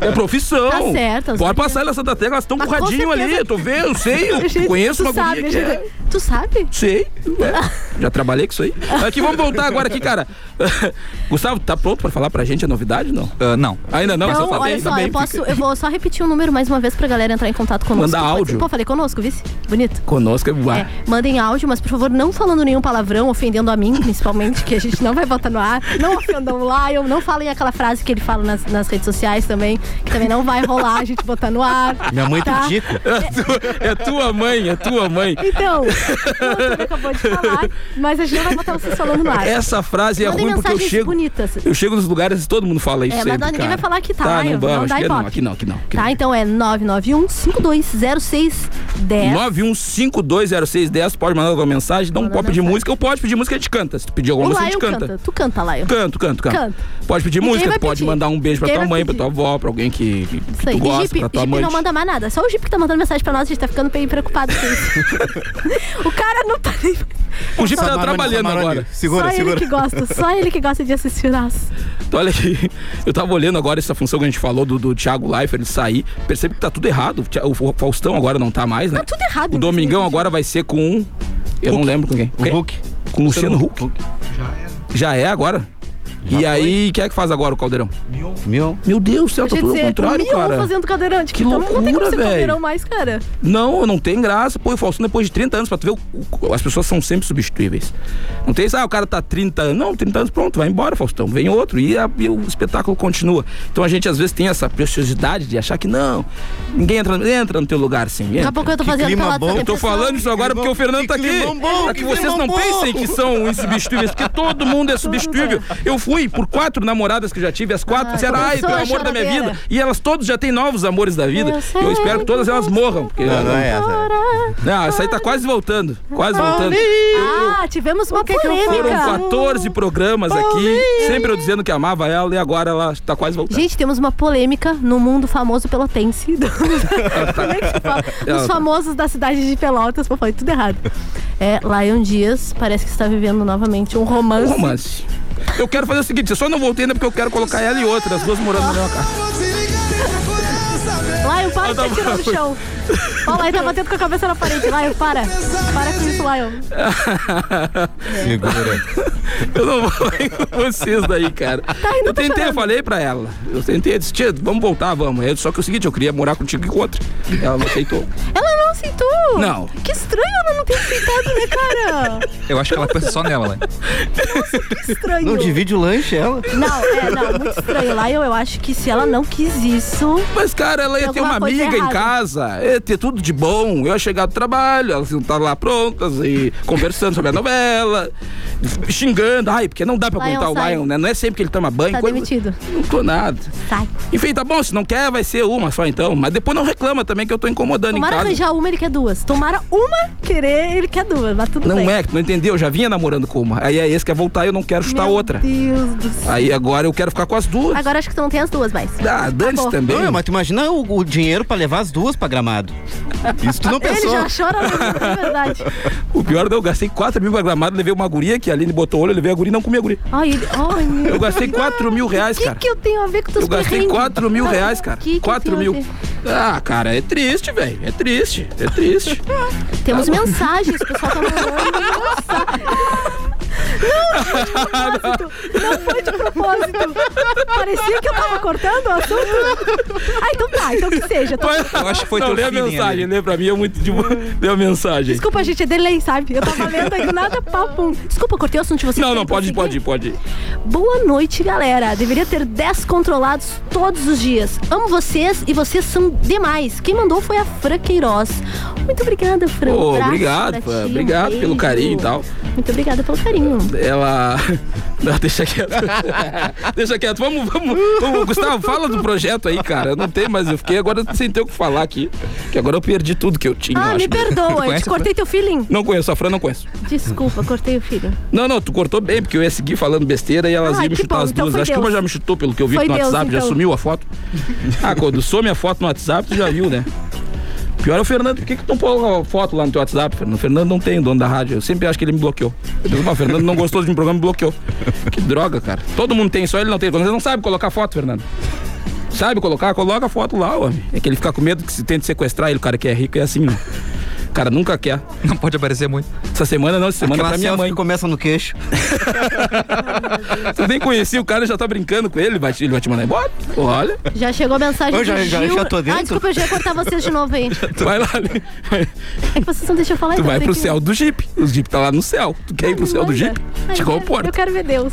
É profissão.
Tá certo, as
Pode
gurias.
passar elas da tela, elas estão
Mas com
corradinho ali.
certeza.
Eu tô vendo, eu sei, eu
Gente,
conheço
tu
uma
sabe, né?
guria que é.
gente. Tu sabe?
Sei, é. já trabalhei com isso aí. Aqui, vamos voltar agora aqui, cara. Gustavo, tá pronto pra falar pra gente a novidade, não?
Ah, não.
Ainda não,
Então,
mas eu
olha
falei,
só,
também
eu, posso,
fica-
eu vou só repetir o número mais uma vez pra galera entrar em contato conosco.
Manda
Pode ser?
áudio.
Pô, falei conosco, vice? Bonito.
Conosco é
É,
bar.
mandem áudio, mas por favor, não falando nenhum palavrão, ofendendo a mim, principalmente, que a gente não vai botar no ar. Não ofendam o Lion, não falem aquela frase que ele fala nas, nas redes sociais também, que também não vai rolar a gente botar no ar.
Minha mãe tem
tá?
tico.
É. tua mãe, é tua mãe.
Então, o Arthur acabou de falar, mas a gente não vai botar vocês falando no ar.
Essa frase é
Mandem
ruim porque eu
mensagens
chego.
bonitas.
Eu chego nos lugares e todo mundo fala isso
É, mas
sempre,
não, ninguém
cara.
vai falar que tá,
Tá,
eu-
não
não
vamos,
dá
acho que não,
ibope.
aqui não, aqui não. Aqui
Tá,
não.
então é 991 520610
91520610, pode mandar alguma mensagem, não
Manda
pode pedir
mensagem.
música, ou pode pedir música, a gente canta. Se tu pedir
O
alguma música, a
Lion
gente
canta.
canta.
Tu canta, Lion.
Canto, canto, canto.
Canta.
Pode pedir
Ninguém
música,
vai
pode
pedir.
mandar um beijo pra
Ninguém
tua
vai
mãe, pra
pedir.
tua avó, pra alguém que, que
Isso aí.
tu gosta,
e Jeep,
pra tua
Jeep
mãe.
não manda mais nada. Só o Jeep que tá mandando mensagem pra nós, a gente tá ficando bem preocupado com isso. o cara não tá nem.
O Jeep tá
Samarone,
trabalhando
Samarone.
agora.
Segura,
só
segura.
ele que gosta, só ele que gosta de assistir nós.
Então, olha aqui, eu tava olhando agora essa função que a gente falou do, do Thiago Leifert sair, percebo que tá tudo errado. O Thi- O Faustão agora não tá mais, né?
Tá tudo errado,
O Domingão
inclusive.
agora vai ser com. um, Eu não lembro com quem.
O
Quem?
Hulk.
Com o Luciano Huck. Já é agora? e aí, quem é que faz agora o caldeirão?
Meu.
Meu Deus do céu, tá
Deixa eu
tudo ao contrário,
Mion
cara.
fazendo cadeirante.
Que
então não tem como
loucura,
ser
velho.
cadeirão mais, cara.
Não, não tem graça. Pô, e o Faustão, depois de 30 anos, pra tu ver, o- o- as pessoas são sempre substituíveis. Não tem isso, ah, o cara tá 30 anos. Não, 30 anos, pronto, vai embora, Faustão. Vem outro e, a- e o espetáculo continua. Então a gente, às vezes, tem essa preciosidade de achar que não, ninguém entra, entra no teu lugar, assim.
Daqui
entra.
a pouco eu tô fazendo
clima
pela
bom.
Eu tô falando isso agora porque o Fernando tá aqui.
Que climão bom,
Pra que
que
vocês
climão
não
bom.
pensem que são insubstituíveis, porque todo mundo é substituível. Eu fui por quatro namoradas que já tive, as quatro
Ah,
disseram, ai, tu é o
começou
amor
a
da minha
choradeira."
vida. E elas todas já têm novos amores da vida.
Eu
Eu,
sei
espero que todas elas morram. Porque,
Não, não é essa.
Não, essa aí tá quase voltando. Quase voltando.
Ah, tivemos uma
que que eu fui?
polêmica.
Foram 14 programas aqui, sempre eu dizendo que amava ela e agora ela tá quase voltando.
Gente, temos uma polêmica no mundo famoso pelotense. do- Como é que se fala? Dos
tá.
famosos da cidade de Pelotas. Pô, falei tudo errado. É, Lion Dias parece que está vivendo novamente um
Um
romance.
romance. Eu quero fazer o seguinte, eu só não voltei ainda porque eu quero colocar ela e outra, as duas morando na mesma casa.
Lion, para
tá
de atirar no chão. Ó, o Lion tá batendo com a cabeça na parede. Lion, para. Para com isso, Lion.
Segura.
Eu não vou ir com vocês daí, cara.
ainda
eu
tá
tentei, eu
chorando.
falei pra ela. Eu tentei, eu disse, tia, vamos voltar, vamos. Eu, só que é o seguinte, eu queria morar contigo e com outra. Ela não aceitou.
Ela não aceitou.
Não.
Que estranho ela não ter aceitado, né, cara?
Eu acho que ela pensa só nela, né?
Que estranho.
Não divide o lanche, ela.
Não, é, não, muito estranho. Lion, eu acho que se ela não quis isso,
Mas, cara, ela ia
Tem
ter uma
alguma coisa
amiga em
errada.
casa, ia ter tudo de bom. Eu ia chegar do trabalho, elas iam estar lá prontas e conversando sobre a novela, xingando. Ai, porque não dá pra
Lion,
aguentar o
sai.
Lion, né? Não é sempre que ele toma banho.
Tá
coisa-
demitido.
Não tô nada.
sai.
Enfim, tá bom, se não quer, vai ser uma só então. Mas depois não reclama também que eu tô incomodando
Tomara
em casa.
arranjar uma, ele quer duas. Tomara uma querer, ele quer duas. Mas tudo bem.
Não é, que tu não entendeu, eu já vinha namorando com uma. Aí é esse quer voltar e eu não quero chutar
Meu
outra.
Deus do céu.
Aí agora eu quero ficar com as duas.
Agora acho que tu não tem as duas mais.
Ah, dane-se
Acabou.
também.
Não, mas tu imagina o, o dinheiro pra levar as duas pra gramado. Isso tu
é
não
Ele
pensou.
já chora mesmo, é verdade.
O pior é que eu gastei 4 mil pra gramado, levei uma guria que a Aline botou olho, eu levei a guria e não comi a guria.
Ai, ele... Ai, meu
Eu gastei 4 mil reais,
que
cara.
que eu tenho a ver com teus
Eu gastei
perrengues?
4 mil
Tá,
reais, cara.
que que eu
4
tenho a
mil.
ver?
Ah, cara, é triste, velho. É triste. É triste.
Temos mensagens, o pessoal tá mandando. Não foi de propósito. Não foi de propósito. Parecia que eu tava cortando o assunto. Ah, então tá, então que seja. Então
Eu acho que foi
Não,
teu
lê a
feeling
mensagem,
ali.
né? Pra mim é muito de boa. Lê a mensagem.
Hum. Desculpa, gente, é delay, sabe? Eu tava lendo aí do nada, papo. Desculpa, eu cortei o assunto de vocês.
Não, não,
querem
pode, pode,
prosseguir?
pode.
Boa noite, galera. Deveria ter 10 controlados todos os dias. Amo vocês e vocês são demais. Quem mandou foi a Fran Queiroz. Muito obrigada, Fran. Um
Ô,
abraço
obrigado,
pra
Fran.
ti, um
Obrigado pelo
beijo.
carinho e tal.
Muito obrigada pelo carinho.
Ela. Não, deixa quieto. deixa quieto. Vamos, vamos, vamos. Gustavo, fala do projeto aí, cara. Eu não tenho mais. Eu fiquei agora sem ter o que falar aqui. Que agora eu perdi tudo que eu tinha. eu
Ah,
acho.
me perdoa, eu te
conhece a
cortei teu feeling.
Não conheço, a Fran não conheço.
Desculpa, cortei o feeling.
Não, não, tu cortou bem, porque eu ia seguir falando besteira e elas
Ai,
iam me
que
chutar
bom,
as
então
duas.
foi
Acho que uma
Deus.
já me chutou pelo que eu vi
Foi
no
Deus,
WhatsApp, já
então.
sumiu a foto. Ah, quando some a foto no WhatsApp, tu já viu, né? Pior é o Fernando, por que, que tu não pôs a foto lá no teu WhatsApp, Fernando? O Fernando não tem dono da rádio, eu sempre acho que ele me bloqueou. Eu disse, "Bah, o Fernando não gostou de um programa e me bloqueou. Que droga, cara. Todo mundo tem, só ele não tem. Você não sabe colocar foto, Fernando. Sabe colocar? Coloca a foto lá, homem. É que ele fica com medo que se tente sequestrar ele, o cara que é rico é assim, né? O cara nunca quer.
Não pode aparecer muito.
Essa semana não, essa semana é
Aquela
pra minha
selfie
mãe.
que começa no queixo.
Tu nem conhecia o cara já tá brincando com ele, vai te- ele vai te mandar embora. Olha,
Já chegou a mensagem
Eu já-
do
já-
Gil.
já tô
Ah,
dentro.
desculpa, eu já ia cortar vocês de novo aí.
Então.
tu vai lá ali.
É que vocês não deixam eu falar
Tu
então
vai
tem
pro
que-
céu do Jeep. O Jeep tá lá no céu. Tu quer ir pro céu do
Manda.
Jeep?
Ai,
Te
eu quero- Eu
comporta.
quero ver Deus.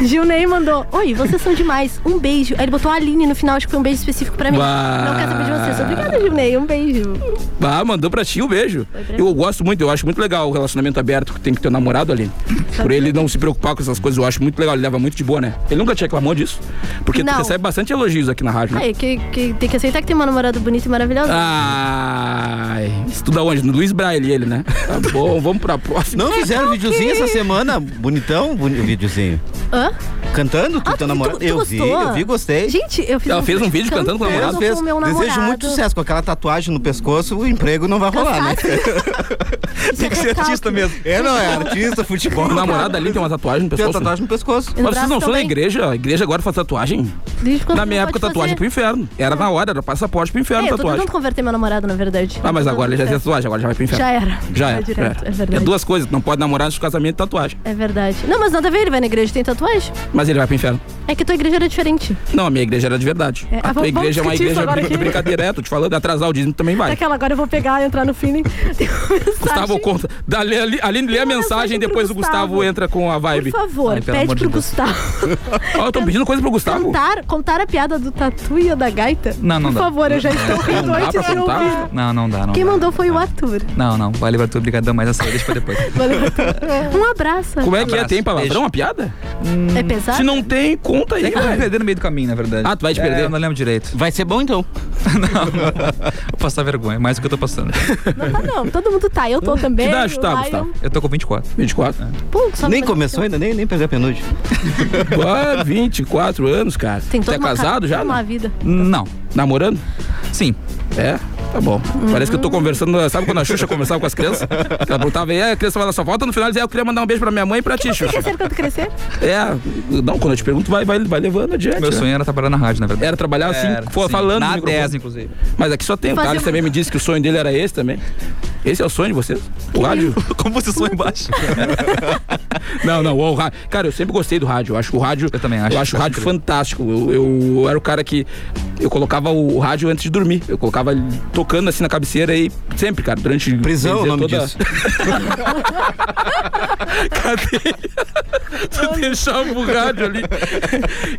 Ó, Gil Ney mandou: Oi, vocês são demais. Um beijo. Aí ele botou a Aline no final, acho que foi um beijo específico pra mim.
Bah.
Não quero saber de vocês. Obrigada, Gil Ney. Um beijo.
Ah, mandou pra ti um beijo.
pra
Eu gosto muito, eu acho muito legal o relacionamento aberto que tem que ter o namorado ali. Por ele não se preocupar com essas coisas, eu acho muito legal. Ele leva muito de boa, né? Ele nunca te reclamou disso. Porque tu
Não.
recebe bastante elogios aqui na rádio, né?
Aí, que, que- tem que aceitar que tem uma namorada bonita e maravilhosa.
Ah, Ai, estuda onde? No Luiz Braille, ele, né? Tá bom, vamos pra próxima.
Ah,
Não fizeram um videozinho essa semana? Bonitão, boni videozinho.
Hã?
Cantando com
Ah, tu-
teu namorado?
tu- tu
eu vi,
gostou?
eu vi, gostei.
Gente, eu fiz
Ela fez um vídeo cantando com o namorado?
Ela fez.
com o meu namorado.
Desejo muito sucesso com aquela tatuagem no pescoço, o emprego não vai rolar, né?
Tem
É, não, é artista, futebol.
O namorado ali tem uma tatuagem no
Tem uma
pescoço. né?
tatuagem no pescoço.
Mas vocês não são da
também.
igreja? A igreja agora faz tatuagem? Na minha época, tatuagem pro inferno. Era na hora, era passaporte pro inferno,
É, eu tô
tatuagem.
tentando converter meu namorado, na verdade.
Ah, mas agora ele já tem
é.
tatuagem, agora já vai pro inferno.
Já era.
Já é.
direto, é verdade.
é duas coisas, não pode namorar antes do casamento e tatuagem.
É verdade. Não, mas nada a ver, ele vai na igreja e tem tatuagem.
Mas ele vai pro inferno.
É que tua igreja era diferente.
Não, a minha igreja era de verdade.
É,
a
vamos-
tua igreja é uma
vamos discutir isso
igreja
agora
brin-
aqui.
brincadeira, é, tô te falando, atrasar o dízimo também vai.
Daquela, agora eu vou pegar, entrar no feeling. Tem uma mensagem.
Gustavo conta. Dá, lê, ali- Aline, lê a
Tem uma
mensagem
mensagem pro
depois o Gustavo
Gustavo.
entra com a
Por
vibe.
favor,
Ai, pelo
pede
amor de
pro
Deus.
Gustavo.
Ó, eu tô pedindo coisa pro Gustavo.
Contar, contar a piada do tatu e a da gaita?
Não, não
Por
dá.
favor, eu já estou rindo
dá pra
antes de
contar?
ouvir.
Não, não dá, não.
Quem
dá.
mandou foi o Arthur.
Não, não. Vale pra tu, brigadão, mas essa aí deixa pra depois.
Valeu, Arthur. Um abraço.
Como é que é?
Abraço,
Tem palavrão
beijo.
a piada?
É pesado?
Se não tem, conta aí,
É que eu vou me
cara.
perder no meio do caminho, na verdade.
Ah, tu vai te
É,
perder?
eu não lembro direito.
Vai ser bom então.
Vou passar vergonha, mais do que eu tô passando.
Não tá, não. Todo mundo tá. Eu tô também.
idade
o
tu tá,
Lion.
Gustavo?
Eu tô com 24.
24.
Pô, tá só
Nem
pra-
começou ainda, nem, nem peguei a penúltima.
Ah, 24 anos, cara.
Tem toda
Você é
uma ca-
casado já?
toda Uma vida.
Não.
Namorando?
Sim.
É? Tá bom. Parece que
Uhum.
eu tô conversando. Sabe quando a Xuxa conversava com as crianças? Ela perguntava, e aí, a criança ela só volta no final e dizia, eu queria mandar um beijo pra minha mãe e pra ti,
Você
Xuxa.
quer ser quando crescer?
É, não, quando eu te pergunto, vai, vai, vai levando adiante.
Meu
né?
sonho era trabalhar na rádio, na verdade.
Era trabalhar assim,
Era,
fo-
sim.
falando. no
Na
microfone.
10, inclusive.
Mas aqui só tem.
Fazer
o Thales
uma-
também me disse que o sonho dele era esse também. Esse é o sonho de vocês? O rádio?
Como você sonha embaixo?
Não, não, o rádio. Cara, eu sempre gostei do rádio. Eu acho o rádio.
Eu também acho.
Eu acho o
Acho
rádio
incrível.
fantástico. Eu, eu era o cara que. Eu colocava o rádio antes de dormir. Eu colocava ele tocando assim na cabeceira e sempre, cara, durante.
Prisão é o
dizer,
nome
toda-
disso.
Cadê? Tu deixava o rádio ali.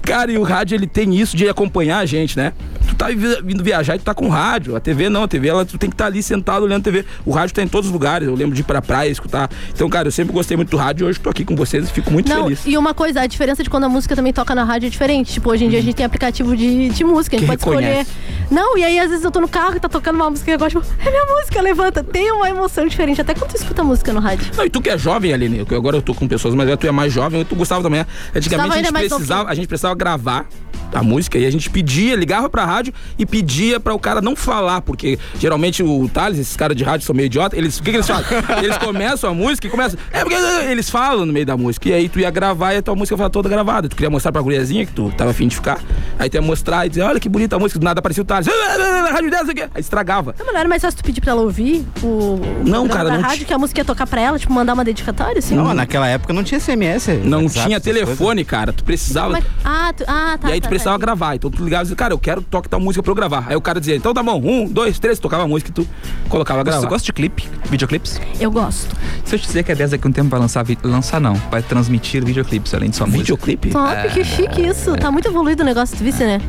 Cara, e o rádio ele tem isso de acompanhar a gente, né? Tu tá vi- vindo viajar e tu tá com rádio. A TV não, a TV ela tu tem que estar ali sentado olhando TV. O rádio tá em todos os lugares. Eu lembro de ir pra praia escutar. Então, cara, eu sempre gostei muito do rádio e hoje tô aqui com vocês e fico muito
Não,
feliz.
e uma coisa, a diferença de quando a música também toca na rádio é diferente. Tipo, hoje em dia a gente tem aplicativo de, de música, a gente
Que
pode
reconhece.
escolher. Não, e aí às vezes eu tô no carro e tá tocando uma música e eu gosto, tipo, é minha música, levanta. Tem uma emoção diferente, até quando tu escuta música no rádio.
Não, e tu que é jovem, Aline, que agora eu tô com pessoas, mas tu é mais jovem, tu gostava também. né? Antigamente
Gustavo
a
ainda é
gente,
mais
precisava,
novinho.
a gente precisava gravar a música e a gente pedia, ligava pra rádio e pedia pra o cara não falar, porque geralmente o Thales, esses caras de rádio são meio idiota, eles, o que, que eles fazem? eles começam a música e começam. É porque eles falam no meio da música. E aí tu ia gravar e a tua música tava toda gravada. Tu queria mostrar pra guriazinha que tu tava afim de ficar. Aí tu ia mostrar e dizer, olha que bonita a música, do nada aparecia o Thales. "Ah, Rádio 10, não sei o quê. Aí ah, estragava.
Não, mas não era É mais fácil tu pedir pra ela ouvir o.
Não,
o programa
cara,
da
não
rádio
ti-
que a música ia tocar pra ela, tipo, mandar uma dedicatória, assim?
Não, naquela época não tinha SMS.
Não
WhatsApp,
tinha
essas coisas.
telefone, cara. Tu precisava.
Mas- ah, tu- ah, tá.
e aí tu
tá,
precisava
tá.
gravar. Então tu ligava e dizia, cara, eu quero toque tal música pra eu gravar. Aí o cara dizia, então tá bom, um, dois, três, tu tocava a música e tu colocava a
Você
gravar.
gosta de clipe? Videoclipes?
Eu gosto.
Se eu te dizer que a 10 daqui a um tempo vai lançar... vi- Lançar não. Vai transmitir videoclipes, além de sua música.
Videoclipe?
Top,
É.
que chique isso. Tá muito evoluído o negócio, tu visse, né?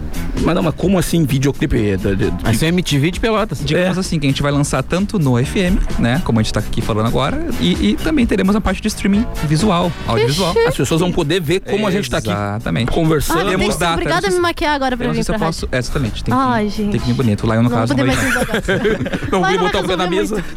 Mas não, mas como assim videoclipe? Do- do- do-
Vai ser MTV de Pelotas.
É.
Digamos assim, que a gente vai lançar tanto no FM, né? Como a gente tá aqui falando agora, e, e também teremos a parte de streaming visual, audiovisual.
As pessoas vão poder ver como a gente tá aqui
Exatamente.
Ah,
conversando.
não tem que
Temos
ser
data,
obrigada a
não sei
me
se-
maquiar agora
Eu
pra
não sei
vir
se
pra
eu
rádio.
posso. É, exatamente. Tem que,
Ai, gente.
tem que vir bonito. Lá eu, no
Não vou
caso, é. um
poder mais um.
vai-
me jogar.
Não
Vai,
vim
não vai
botar o pé na
resolver
mesa.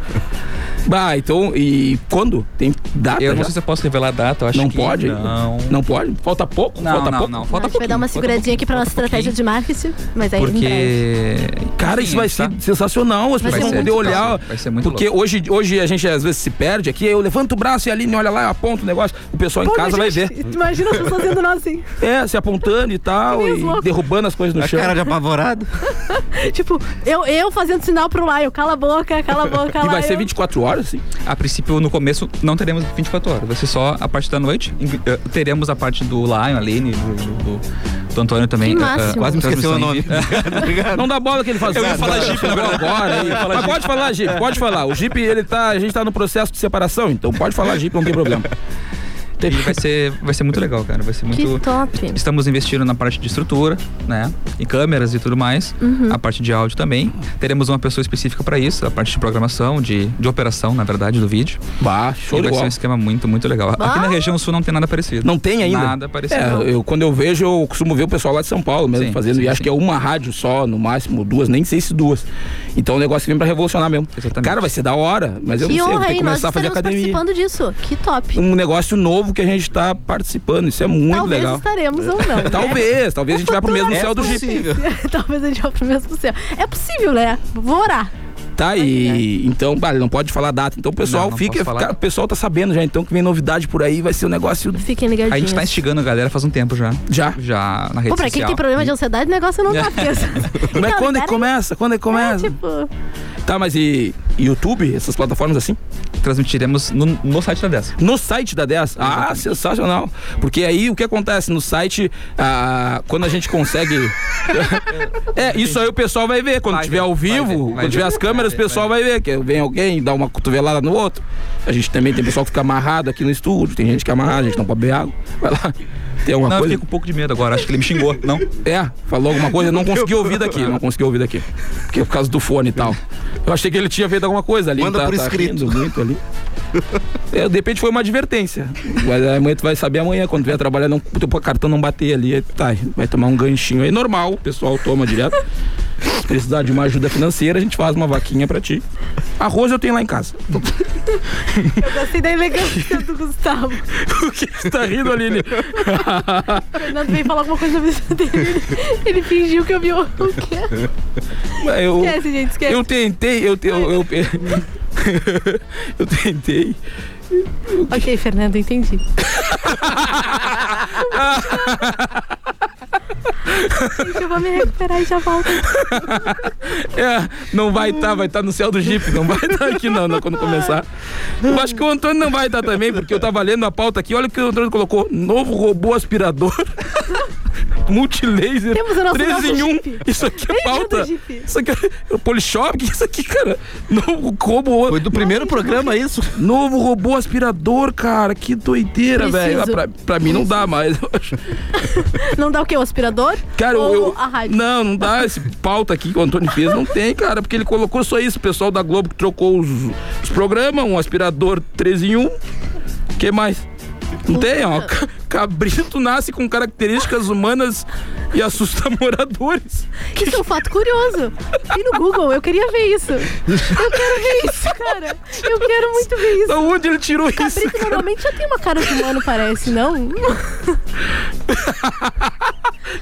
Bah, então, e quando? Tem data?
Eu não
já?
sei se eu posso revelar a data, eu acho
Não
que.
pode?
Não.
Não pode? Falta pouco?
Não,
Falta
não,
pouco?
não. Falta
a gente vai dar uma
pouquinho, falta
seguradinha aqui pra nossa
pouquinho.
estratégia de marketing, mas aí em breve.
Porque.
Cara, isso
Enfim,
vai
tá?
ser sensacional. As
Vai
pessoas vão
ser
poder
muito
olhar.
louco. Vai ser muito
porque
louco.
hoje, hoje a gente às vezes se perde aqui. Eu levanto o braço e a Aline olha lá, aponta o negócio. O pessoal em
Pô,
casa vai
imagina-
ver.
Imagina as pessoas indo nós assim.
É, se apontando e tal,
Que nem
e
os loucos.
derrubando as coisas no
A
chão.
cara de apavorado.
Tipo, eu, eu fazendo sinal pro Lion, cala a boca, cala a boca,
E vai
Lion.
ser 24 horas, assim.
A princípio, no começo, não teremos 24 horas. Vai ser só a parte da noite. Inclu- eh, Teremos a parte do Lion, Aline, do, do, do- do Antônio também.
Que
eh,
máximo.
eh,
Quase me esqueceu
transmissão
o nome.
em vivo.
Não dá bola que ele faz.
Eu ia falar Jeep agora.
agora. aí. Mas pode falar, Jeep, pode falar. O Jeep, ele tá. A gente tá no processo de separação, então pode falar, Jeep, não tem problema.
E vai ser, vai ser muito legal, cara. Vai ser muito.
Que top.
Estamos investindo na parte de estrutura, né? E câmeras e tudo mais.
Uhum.
A parte de áudio também. Teremos uma pessoa específica para isso, a parte de programação, de, de operação, na verdade, do vídeo.
Bah,
E
show de
vai ser um
bola.
esquema muito, muito legal. Aqui na região sul não tem nada parecido.
Não tem ainda?
Nada parecido.
É, eu, quando eu vejo, eu costumo ver o pessoal lá de São Paulo mesmo
Sim,
fazendo.
sim,
e acho
sim.
que é uma rádio só, no máximo duas, nem sei se duas. Então o negócio vem pra revolucionar mesmo.
Exatamente.
Cara, vai ser da hora, mas eu
Que
não sei, eu
honra
tenho que
aí, nós
começar a fazer
estaremos
academia.
participando disso. Que top.
Um negócio novo que a gente tá participando, isso é muito
Talvez
legal.
estaremos ou não. né?
Talvez, talvez a gente vá pro
é
mesmo céu do Jeep.
Talvez a gente vá pro mesmo céu. É possível, né? Vou orar. É
Tá, e então, bah, não pode falar data. Então o pessoal
Não, não
fica.
posso falar.
cara, o pessoal tá sabendo já, então, que vem novidade por aí, vai ser um negócio
Fiquem ligadinhos.
A gente tá instigando a galera faz um tempo já.
já.
Já na rede
Pô, pra quem
social.
tem problema de ansiedade, o negócio não tá preso. Não,
Mas quando é
libera
que começa? Quando é que
aí. É,
começa?
tipo,
Tá, mas e e YouTube, essas plataformas assim?
Transmitiremos no, no site da 10.
No site da 10? Ah, sensacional. Porque aí o que acontece no site, ah, quando a gente consegue. é, isso aí o pessoal vai ver. Quando
Vai
tiver
ver,
ao
vai
vivo,
ver, vai
quando
ver.
tiver as câmeras, o pessoal vai ver. Que vem alguém, dá uma cotovelada no outro. A gente também tem pessoal que fica amarrado aqui no estúdio, tem gente que é amarrada, a gente não pode beber água. Vai lá. Tem alguma
Não, eu
coisa.
fiquei com um pouco de medo agora, acho que ele me xingou. Não?
É, falou alguma coisa, não consegui ouvir daqui, não consegui ouvir daqui. Porque é por causa do fone e tal. Eu achei que ele tinha feito alguma coisa ali. tá,
Manda por escrito.
rindo muito ali. É, de repente foi uma advertência. Mas amanhã tu vai saber amanhã, quando vier trabalhar, não, teu cartão não bater ali. aí Tá, vai tomar um ganchinho aí. Normal, o pessoal toma direto. Se precisar de uma ajuda financeira, a gente faz uma vaquinha pra ti. Arroz eu tenho lá em casa.
Eu gostei da elegância do Gustavo.
O que você tá rindo ali? Lili?
O Fernando veio falar alguma coisa na vida dele. Ele fingiu que eu vi o quê?
Eu,
Esquece, gente, esquece.
eu tentei, eu, eu, eu, eu tentei.
Ok, Fernando, entendi. Gente, eu vou me recuperar e já volto.
É, não vai estar, vai estar no céu do Jeep, não vai estar aqui não, não, quando começar. Eu acho que o Antônio não vai estar também, porque eu tava lendo a pauta aqui, olha o que o Antônio colocou, novo robô aspirador. Multilaser,
Temos o nosso
3 em
novo
1.
Jeep.
Isso aqui é
Bem-vindo,
pauta.
Jeep.
Isso aqui é Polishop, isso aqui, cara. Novo
Foi
robô,
do primeiro programa é isso?
novo robô aspirador, cara. Que doideira,
Preciso.
velho. Ah, Pra, pra mim não dá mais. eu acho.
Não dá o quê? O aspirador?
Cara,
Ou
eu.
a rádio?
Não, não dá esse pauta aqui que o Antônio fez, não tem, cara, porque ele colocou só isso. O pessoal da Globo que trocou os, os programas, um aspirador 3 em 1. que mais? Não tem, ó. Ca- Cabrito nasce com características humanas e assusta moradores.
Isso é um fato curioso. E no Google, eu queria ver isso. Eu quero ver isso, cara. Eu quero muito ver isso.
Da onde ele tirou isso?
Cabrito Tá normalmente já tem uma cara de humano, parece, não?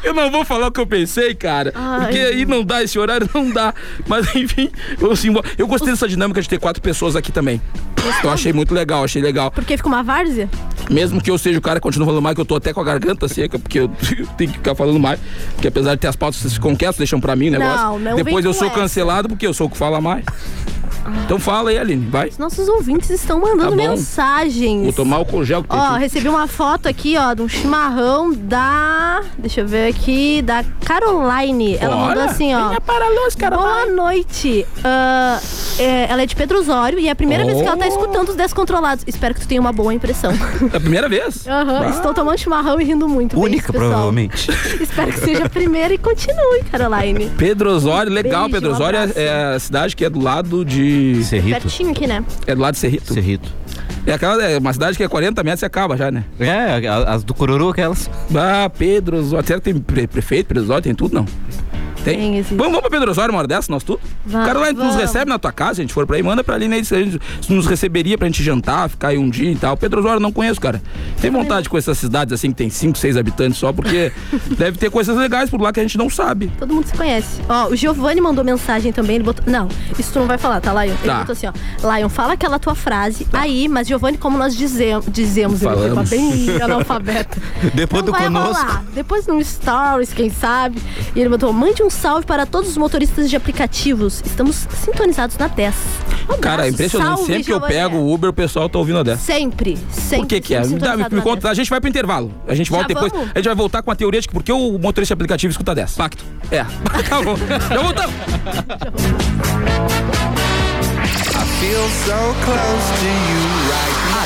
Eu não vou falar o que eu pensei, cara.
Ai.
Porque aí não dá, esse horário não dá. Mas enfim, eu, assim, eu gostei dessa dinâmica de ter quatro pessoas aqui também. Eu achei muito legal, achei legal.
Porque fica uma várzea?
Mesmo que eu seja o cara que continua falando mais, que eu tô até com a garganta seca, porque eu tenho que ficar falando mais. Porque apesar de ter as pautas, vocês ficam quietos, deixam pra mim o negócio.
Não, não é vem
Depois eu
com
sou
essa.
cancelado porque eu sou o que fala mais. Então fala aí, Aline, vai.
Nossos ouvintes estão mandando
Tá bom.
mensagens.
Vou tomar um o congel que tem
Ó,
aqui.
recebi uma foto aqui, ó, de um chimarrão da. Deixa eu ver aqui, da Caroline. Ela mandou
Olha,
assim, ó.
venha para a luz, Caroline.
Boa noite. Ah, é, ela é de Pedro Osório e é a primeira vez que ela tá escutando os descontrolados. Espero que tu tenha uma boa impressão.
É a primeira vez.
Aham, Estou tomando chimarrão e rindo muito. Beijo,
Única,
pessoal.
provavelmente.
Espero que seja a primeira e continue, Caroline.
Pedro Osório, legal.
Beijo,
Pedro
um
Osório
abraço.
é, é a cidade que é do lado de.
Cerrito?
Pertinho aqui, né?
É do lado de Cerrito.
Cerrito.
É, aquela, é uma cidade que é 40 metros e acaba já, né?
É, a- as do Coruru, aquelas.
Ah, Pedro Osório. Será que tem pre- prefeito, Pedro Osório? Tem tudo, não? Tem?
Tem esse-
Vamos, vamos pra Pedro Osório uma hora dessa, nós tudo?
Vamos,
Cara, lá nos
vamos.
recebe na tua casa, a gente for pra aí, manda pra ali, né? Se a gente- se nos receberia pra gente jantar, ficar aí um dia e tal. Pedro Osório eu não conheço, cara. Tem vontade com essas cidades assim que tem 5, 6 habitantes só, porque deve ter coisas legais por lá que a gente não sabe.
Todo mundo se conhece. Ó, o Giovanni mandou mensagem também, ele botou. Não, isso tu não vai falar, tá, Lion? Ele
Tá.
botou assim, ó. Lion, fala aquela tua frase aí, mas Giovanni, como nós dize- dizemos, ele forma
Falamos.
bem analfabeto.
Depois
não
do
vai
conosco.
rolar. Depois num stories, quem sabe. E ele botou: mande um salve para todos os motoristas de aplicativos. Estamos sintonizados na 10. Um
Cara, é
abraço.
impressionante.
Salve,
Sempre que eu
Giovanni.
pego o Uber, o pessoal tá ouvindo a dessa.
Sempre, sempre.
Por que que é? Me,
estamos
dá, me,
sintonizados
me
na
conta,
10.
a gente vai pro intervalo. A gente
Já
volta depois.
vamos?
A gente vai voltar com a teoria de que por que o motorista de aplicativo escuta 10. Pacto. É. tá bom. Já voltamos.
A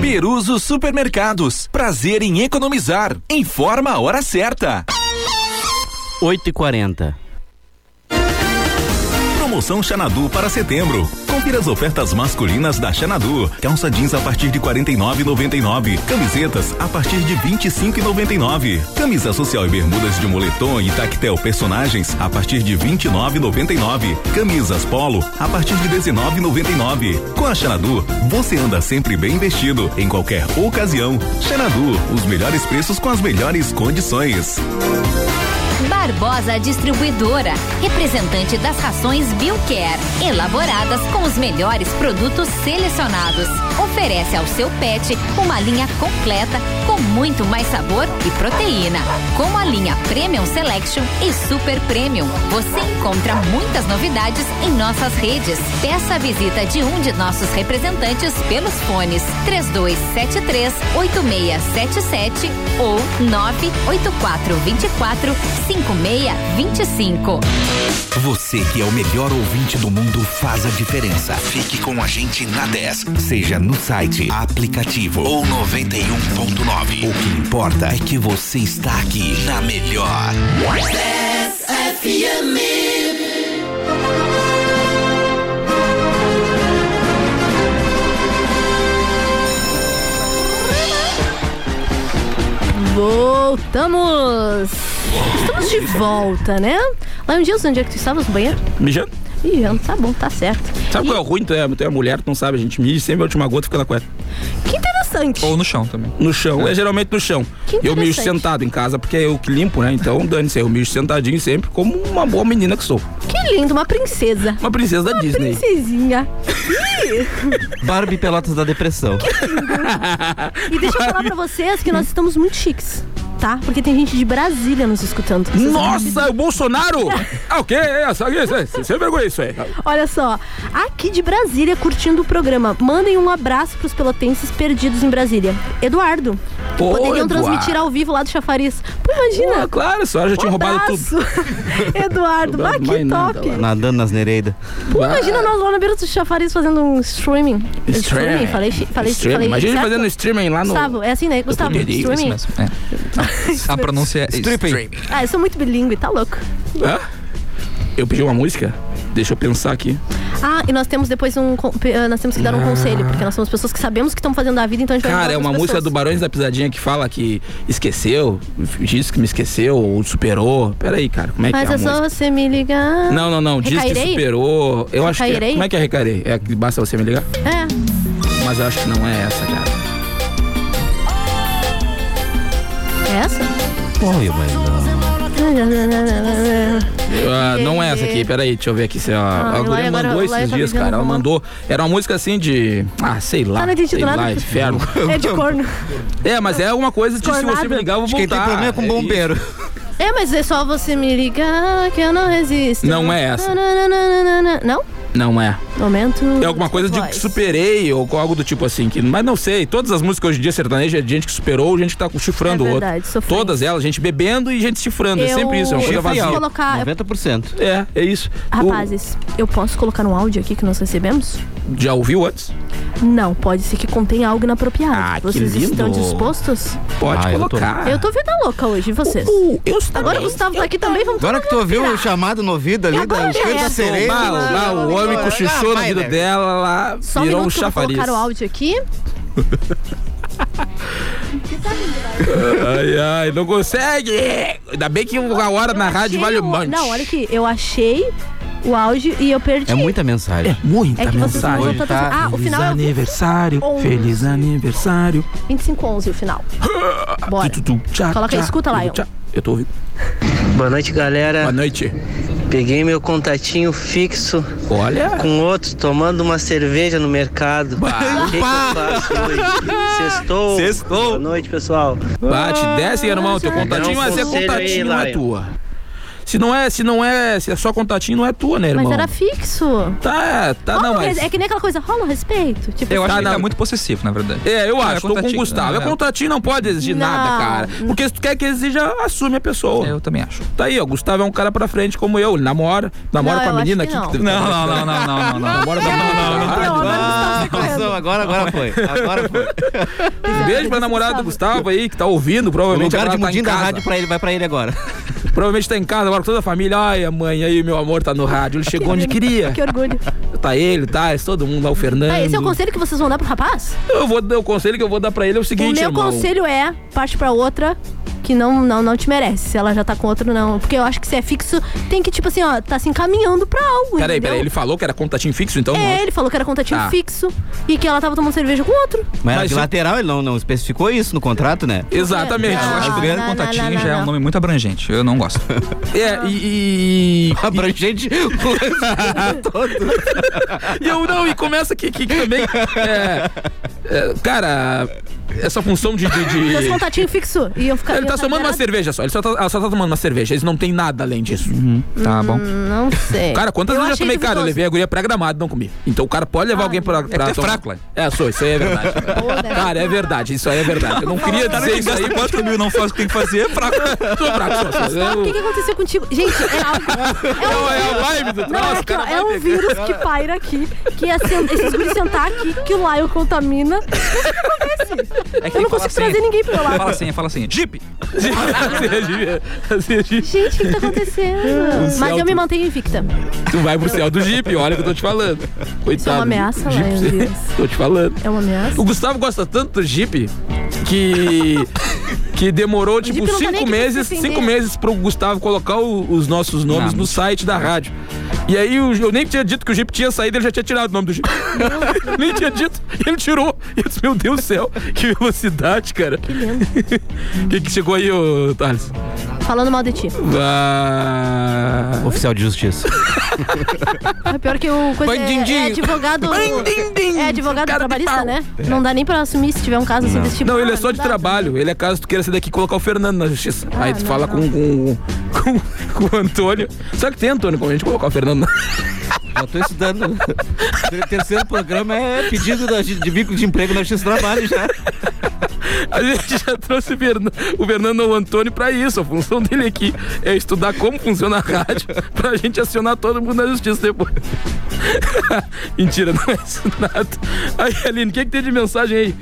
Peruso Supermercados. Prazer em economizar. Informa a hora certa.
8h40.
Promoção Xanadu para setembro. Confira as ofertas masculinas da Xanadu. Calça jeans a partir de 49,99. Camisetas a partir de 25,99. Camisa social e bermudas de moletom e tactel personagens a partir de 29,99. Camisas polo a partir de 19,99. Com a Xanadu, você anda sempre bem vestido, em qualquer ocasião. Xanadu, os melhores preços com as melhores condições.
Barbosa Distribuidora, representante das rações Bioquer, elaboradas com os melhores produtos selecionados. Oferece ao seu pet uma linha completa com muito mais sabor e proteína, como a linha Premium Selection e Super Premium. Você encontra muitas novidades em nossas redes. Peça a visita de um de nossos representantes pelos fones 3273 8677 ou 98424 5625.
Você que é o melhor ouvinte do mundo faz a diferença. Fique com a gente na 10, seja no site, aplicativo ou 91.9. O que importa é que você está aqui na melhor.
Voltamos! Estamos de volta, né? Lá um dia, onde é que tu estavas no banheiro?
Mijando?
Mijando, tá bom, tá certo.
Sabe qual é o ruim? Tu é, tu é mulher, tu não sabe, a gente mija sempre a última gota fica na cueca.
Que interessante.
Ou no chão também.
No chão, é, geralmente no chão.
Que
Eu mijo
interessante.
sentado em casa, porque é eu que limpo, né? Então, dane-se, eu mijo sentadinho sempre, como uma boa menina que sou.
Que lindo, uma princesa.
Uma princesa da Disney.
Princesinha.
Barbie Pelotas da Depressão.
E deixa eu falar pra vocês que nós estamos muito chiques, tá? Porque tem gente de Brasília nos escutando. Vocês
Hum.
não
Nossa, é o Bolsonaro! ah, o quê? É, isso, é, isso, é, isso, Sem vergonha isso aí.
Olha só, aqui de Brasília, curtindo o programa, mandem um abraço pros pelotenses perdidos em Brasília. Eduardo, que
Ô,
poderiam
Eduardo.
transmitir ao vivo lá do Chafariz. Pô, imagina.
Pô, Ah, claro, só já tinha roubado
tudo. Eduardo, bah, que top.
Nadando nas Nereidas.
Pô, imagina nós lá na beira do Chafariz fazendo um streaming.
Streaming.
Falei, falei,
Streaming.
falei.
Imagina
certo?
fazendo streaming lá no-
Gustavo, é assim, né? Gustavo,
poderia, isso
streaming.
mesmo.
é. A pronúncia é
Stripping.
Ah, eu sou muito bilíngue, tá louco.
Hã? Eu pedi uma música? Deixa eu pensar aqui.
Ah, e nós temos depois um. con- pe- ah, Nós temos que dar um conselho, porque nós somos pessoas que sabemos o que estão fazendo da vida, então a gente vai
Cara,
falar
é
com
uma
as
música
pessoas.
do Barões da Pisadinha que fala que esqueceu, disse que me esqueceu, ou superou. Peraí, cara, como é que
Mas
é a
é só
música?
você me ligar.
Não, não, não. Diz que
Recairei?
superou. Eu acho que. É,
Recairei?
como é que é recarei? É que basta você me ligar?
É.
Mas eu acho que não é essa, cara.
É essa?
Olha, mas não. não é essa aqui,
Tá,
peraí, deixa eu ver aqui. Se a,
Ah,
a
o
guria
Lai agora-
mandou
o Lai
esses
tá
dias,
me vendo
cara. Ela
mal.
mandou. Era uma música assim de. Ah, sei lá.
Ah, não entendi
sei
nada.
lá, inferno.
É de corno.
É, mas é alguma coisa de se você
Cornada.
me ligar, eu vou
Acho que
voltar.
ele tem problema é com
bombeiro.
É, mas é só você me ligar que eu não resisto.
Não é essa.
Nananana. Não?
Não é.
Momento.
É alguma coisa de que superei ou com algo do tipo assim. Que, mas não sei. Todas as músicas hoje em dia sertaneja é de gente que superou, gente que tá chifrando
É
o
verdade,
outro. Todas elas, gente bebendo e gente chifrando. É
Eu-
sempre isso, é uma
Ah,
coisa
eu posso
vazia.
colocar-
90%. É, é isso. O-
Rapazes, eu posso colocar um áudio aqui que nós recebemos?
já ouviu antes?
Não, pode ser que contém algo inapropriado. vocês
Ah, lindo.
estão dispostos?
Pode Ah, Uh, eu tô. colocar.
Eu tô vida louca hoje, e vocês?
eu
Agora o Gustavo tá aqui também, vamos
Agora que tu ouviu o chamado no ouvido ali,
agora
da
já
esquerda
é.
da sereia.
Bah,
né?
lá, o homem
Ah,
cochichou no
vai,
ouvido
né?
dela lá,
Só um
virou
minuto
um
que eu vou
chafariz.
colocar o áudio aqui.
ai, ai, não consegue! Ainda bem que a hora na rádio vale um monte.
Não, é olha aqui, eu achei o áudio e eu perdi.
É muita mensagem. É
muita tá?
É que vocês mensagem. não vão tanto- Ah, o final é o-
aniversário,
Onze.
feliz aniversário.
2511 o final. Bora.
tá,
Coloca aí, escuta lá, Ion.
Eu tô ouvindo.
Boa noite, galera. Boa
noite.
Peguei meu contatinho fixo.
Olha.
Com outro, tomando uma cerveja no mercado. O que que eu faço hoje? Sextou. Sextou. Boa noite, pessoal.
Bate,
Ah,
desce, irmão, teu contatinho,
um
mas é contatinho, não é tua. Se não é, se não é, se é só contatinho, não é tua, né, irmão?
Mas era fixo.
Tá, tá,
Rola
não,
um
mas...
res- É que nem aquela coisa, rola um respeito. Tipo,
Eu acho que
assim,
ele tá muito possessivo, na verdade.
É, eu
Não,
acho, tô com o
contatinho,
Gustavo. É
né?
contatinho, não pode exigir nada,
Não.
cara. Porque se tu quer que exija, assume a pessoa. Eu
também acho.
Tá aí, ó, Gustavo é um cara pra frente como eu, ele namora, namora
Não,
com a
eu acho
menina
que
aqui. que-
não. Não, não, não, não, não, não, não.
Namora com a
Ah, começou, agora, agora foi. Agora foi.
Um beijo pra namorada do Gustavo aí, que tá ouvindo, provavelmente
O lugar
agora
de
tá em
mundinho da
casa.
rádio pra ele, vai pra ele agora.
Provavelmente tá em casa agora com toda a família. Ai, a mãe aí, meu amor, tá no rádio. Ele chegou onde queria.
Que orgulho.
Tá ele, tá esse, todo mundo lá, o Fernando.
Tá, esse é o conselho que vocês vão dar pro rapaz?
Eu vou dar o conselho que eu vou dar pra ele é o seguinte,
o meu
irmão.
conselho é, parte pra outra que não, não, não te merece. Se ela já tá com outro, não. Porque eu acho que se é fixo, tem que, tipo assim, ó, tá se encaminhando pra algo.
Peraí,
entendeu?
peraí, ele falou que era contatinho fixo, então?
É, ele falou que era contatinho
Tá.
fixo e que ela tava tomando cerveja com outro.
Mas,
Mas
era
se-
bilateral, ele não, não especificou isso no contrato, né?
Exatamente.
Eu acho que primeiro
não, não, não,
contatinho já é
não.
um nome muito abrangente. Eu não gosto.
Ah.
É, e. e
Abrangente.
E eu não, e começa que, que, que também. é, é, cara, essa função de. de- de-
Esse contatinho fixo. E eu ficava.
Ele tá
eu tava
tomando uma
errado.
cerveja só. Ele só tá, ela só tá tomando uma cerveja. Eles não tem nada além disso.
Tá bom.
Hum, Não sei.
Cara, quantas
Eu
vezes eu já
achei Ah.
tomei? Cara, eu
duvidoso.
levei a guria pra gramado, não comi. Então o cara pode levar alguém pra. pra
tu é
tomar-
fraco, Lai.
É, sou, isso aí é verdade. cara, é verdade, isso aí é verdade. Eu não queria dizer isso aí.
4 mil, não faz o que tem que fazer, é fraco.
Sou fraco, sou,
Mas, Fábio,
sou. Eu-
o que, que aconteceu contigo? Gente, é algo.
É o- é o vibe do
Não,
troço,
é, aqui,
cara,
ó,
vai
é um
pegar.
vírus que paira aqui, que é sen- esses guris sentar aqui, que o Laio contamina. Não sei o que acontece.
É que
eu
tem que
não
falar
consigo
senha.
trazer ninguém pro meu
Fala
lado.
assim, fala assim. Jeep!
Gente, o que, que tá acontecendo?
Céu,
Mas eu me
tu-
mantenho invicta.
Tu vai pro céu do Jeep, olha o que eu tô te falando. Coitado.
Isso é uma ameaça,
Jeep,
Lion
cê-
Deus.
Tô te falando.
É uma ameaça.
O Gustavo gosta tanto do Jeep que. que demorou, tipo,
Jeep não tá nem
cinco
aqui pra
meses,
se defender.
cinco meses pro Gustavo colocar o- os nossos nomes
Não.
no site da rádio. E aí eu, eu nem tinha dito que o Jeep tinha saído, ele já tinha tirado o nome do Jeep. nem tinha dito, e ele tirou. E eu disse, meu Deus do céu, que velocidade, cara. Que
lindo.
O que, que chegou aí, ô Thales?
Falando mal de ti.
Ah...
Oficial de justiça.
É pior que o coisa
Bam, din,
é,
din.
é advogado.
Bam, din, din.
É advogado
Cara de
trabalhista,
pau. É.
né? Não dá nem pra assumir se tiver um caso assim desse tipo.
Não, ele é
Ah,
só de
dá.
trabalho. Ele é caso tu queira sair daqui e colocar o Fernando na justiça.
Ah,
Aí tu
não,
fala
não.
com, com, com, com o Antônio. Só que tem Antônio como a gente colocar o Fernando na.
Já tô estudando. Terceiro programa é pedido da- de vínculo de emprego na Justiça do Trabalho já.
A gente já trouxe o Fernan- o Fernando ou o Antônio pra isso. A função dele aqui é estudar como funciona a rádio pra gente acionar todo mundo na justiça depois. Mentira, não é isso nada. Aí, Aline, o que, que tem de mensagem aí?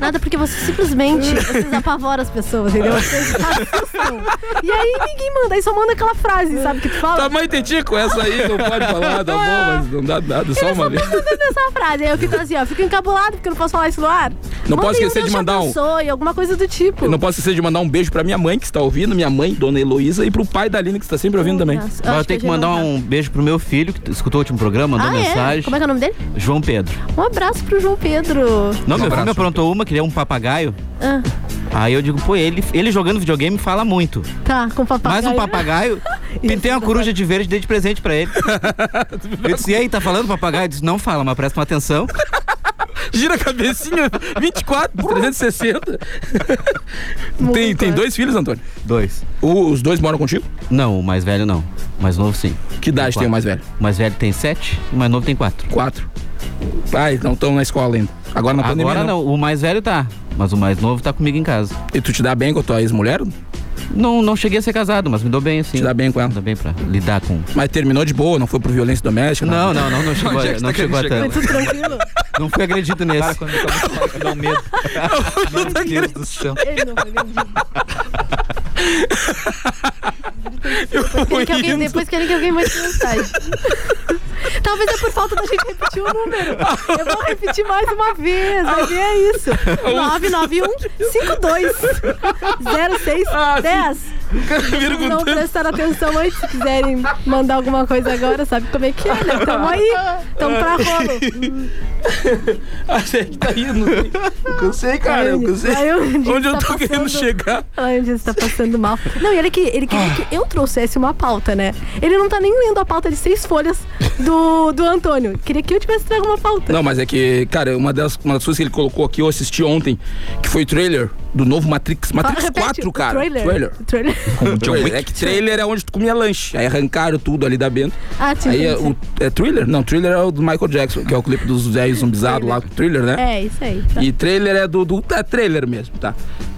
Nada porque você simplesmente vocês apavoram as pessoas, entendeu? Vocês assustam. E aí ninguém manda, aí só manda aquela frase, sabe que tu fala?
Tamanho tetico, essa aí não pode falar, tá bom, mas não dá nada, só
Eles é só
uma vez.
estão mandando essa frase. Aí eu fico assim, ó, fico encabulado porque eu não posso falar isso no ar.
Não
Mandem
posso esquecer
um
de
Deus te
mandar um-
abençoe, alguma coisa do tipo.
Eu não posso esquecer de mandar um beijo pra minha mãe que está ouvindo, minha mãe, dona Heloísa, e pro pai da Aline que está sempre ouvindo também.
Nossa,
Mas eu
acho
tenho que
eu já
mandar
não-
um beijo pro meu filho, que escutou o último programa, mandou
Ah, é?
mensagem.
Como é que é o nome dele?
João Pedro.
Um abraço pro João Pedro.
Não, meu
abraço,
filho me aprontou uma, queria um papagaio.
Ah,
Aí eu digo, pô, ele, ele jogando videogame fala muito.
tá, com papagaio. é
Mais um papagaio. Pintei uma coruja de verde e dei de presente pra ele. Eu disse, e aí, tá falando papagaio? Eu disse, não fala, mas presta uma atenção.
Gira a cabecinha, 24, 360. tem, tem dois filhos, Antônio?
Dois.
O- os dois moram contigo?
Não, o mais velho não. O mais novo sim.
Que idade tem o mais velho?
O mais velho tem sete, o mais novo tem quatro.
Quatro. Pai, não estão na escola ainda. Agora na pandemia. né?
Agora não, o mais velho tá. Mas o mais novo tá comigo em casa.
E tu te dá bem com a tua ex-mulher?
Não, não cheguei a ser casado, mas me dou bem assim.
Te dá bem com ela?
Dá bem pra lidar com.
Mas terminou de boa, não foi por violência doméstica?
Não, não, não, não chegou,
Onde é
a-
que você
não
tá
chegou
querendo
até.
chegar?
Foi tudo tranquilo?
Não fui agredido nesse.
Dá um medo.
tá
Meu Deus do céu.
Ele não foi vendido.
Eu
Querem que alguém,
fui
depois querem que alguém mande mensagem. Talvez é por falta da gente repetir o número. Eu vou repetir mais uma vez. Vai ver é isso. 991-52-0610. Não
perguntando.
prestaram atenção antes. Se quiserem mandar alguma coisa agora, sabe como é que é, né? Tamo aí. Tamo pra rolo.
Achei que tá indo. Eu cansei, cara. Eu cansei.
Aí o Didi
Onde eu
tá
tô querendo
passando-
chegar?
Ai, o Didi está passando mal. Não, e olha que ele queria que eu trouxesse uma pauta, né? Ele não tá nem lendo a pauta de seis folhas do, do Antônio. Queria que eu tivesse trago uma pauta.
Não, mas é que, cara, uma das, uma das coisas que ele colocou aqui, eu assisti ontem, que foi o trailer do novo Matrix.
Fala,
Matrix
Ah, repete,
4,
o
cara.
Trailer.
Trailer.
O trailer.
Com o John
Trailer. É
Wick.
que trailer é onde tu comia lanche. Aí arrancaram tudo ali da Bento.
Ah, sim,
Aí
sim,
é,
sim.
o, é thriller? Não, thriller é o do Michael Jackson, que é o clipe dos velhos zumbizados lá, thriller, né?
É, isso aí. Tá.
E trailer é do, do. É trailer mesmo, tá?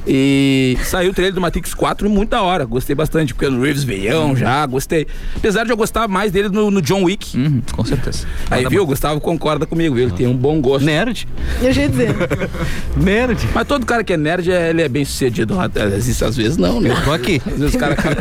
E saiu o trailer do Matrix 4 e muito da hora. Gostei bastante. Porque o Reeves
Uhum.
veião já, gostei. Apesar de eu gostar mais dele no, no John Wick.
Uhum, com certeza.
Aí, viu? O Gustavo concorda comigo, viu? Ele tem um bom gosto.
Nerd.
Eu já ia dizer.
Nerd.
Mas todo cara que é nerd é, é, ele é bem sucedido. Às vezes, às vezes não, né? Eu tô aqui. Às vezes o cara acaba,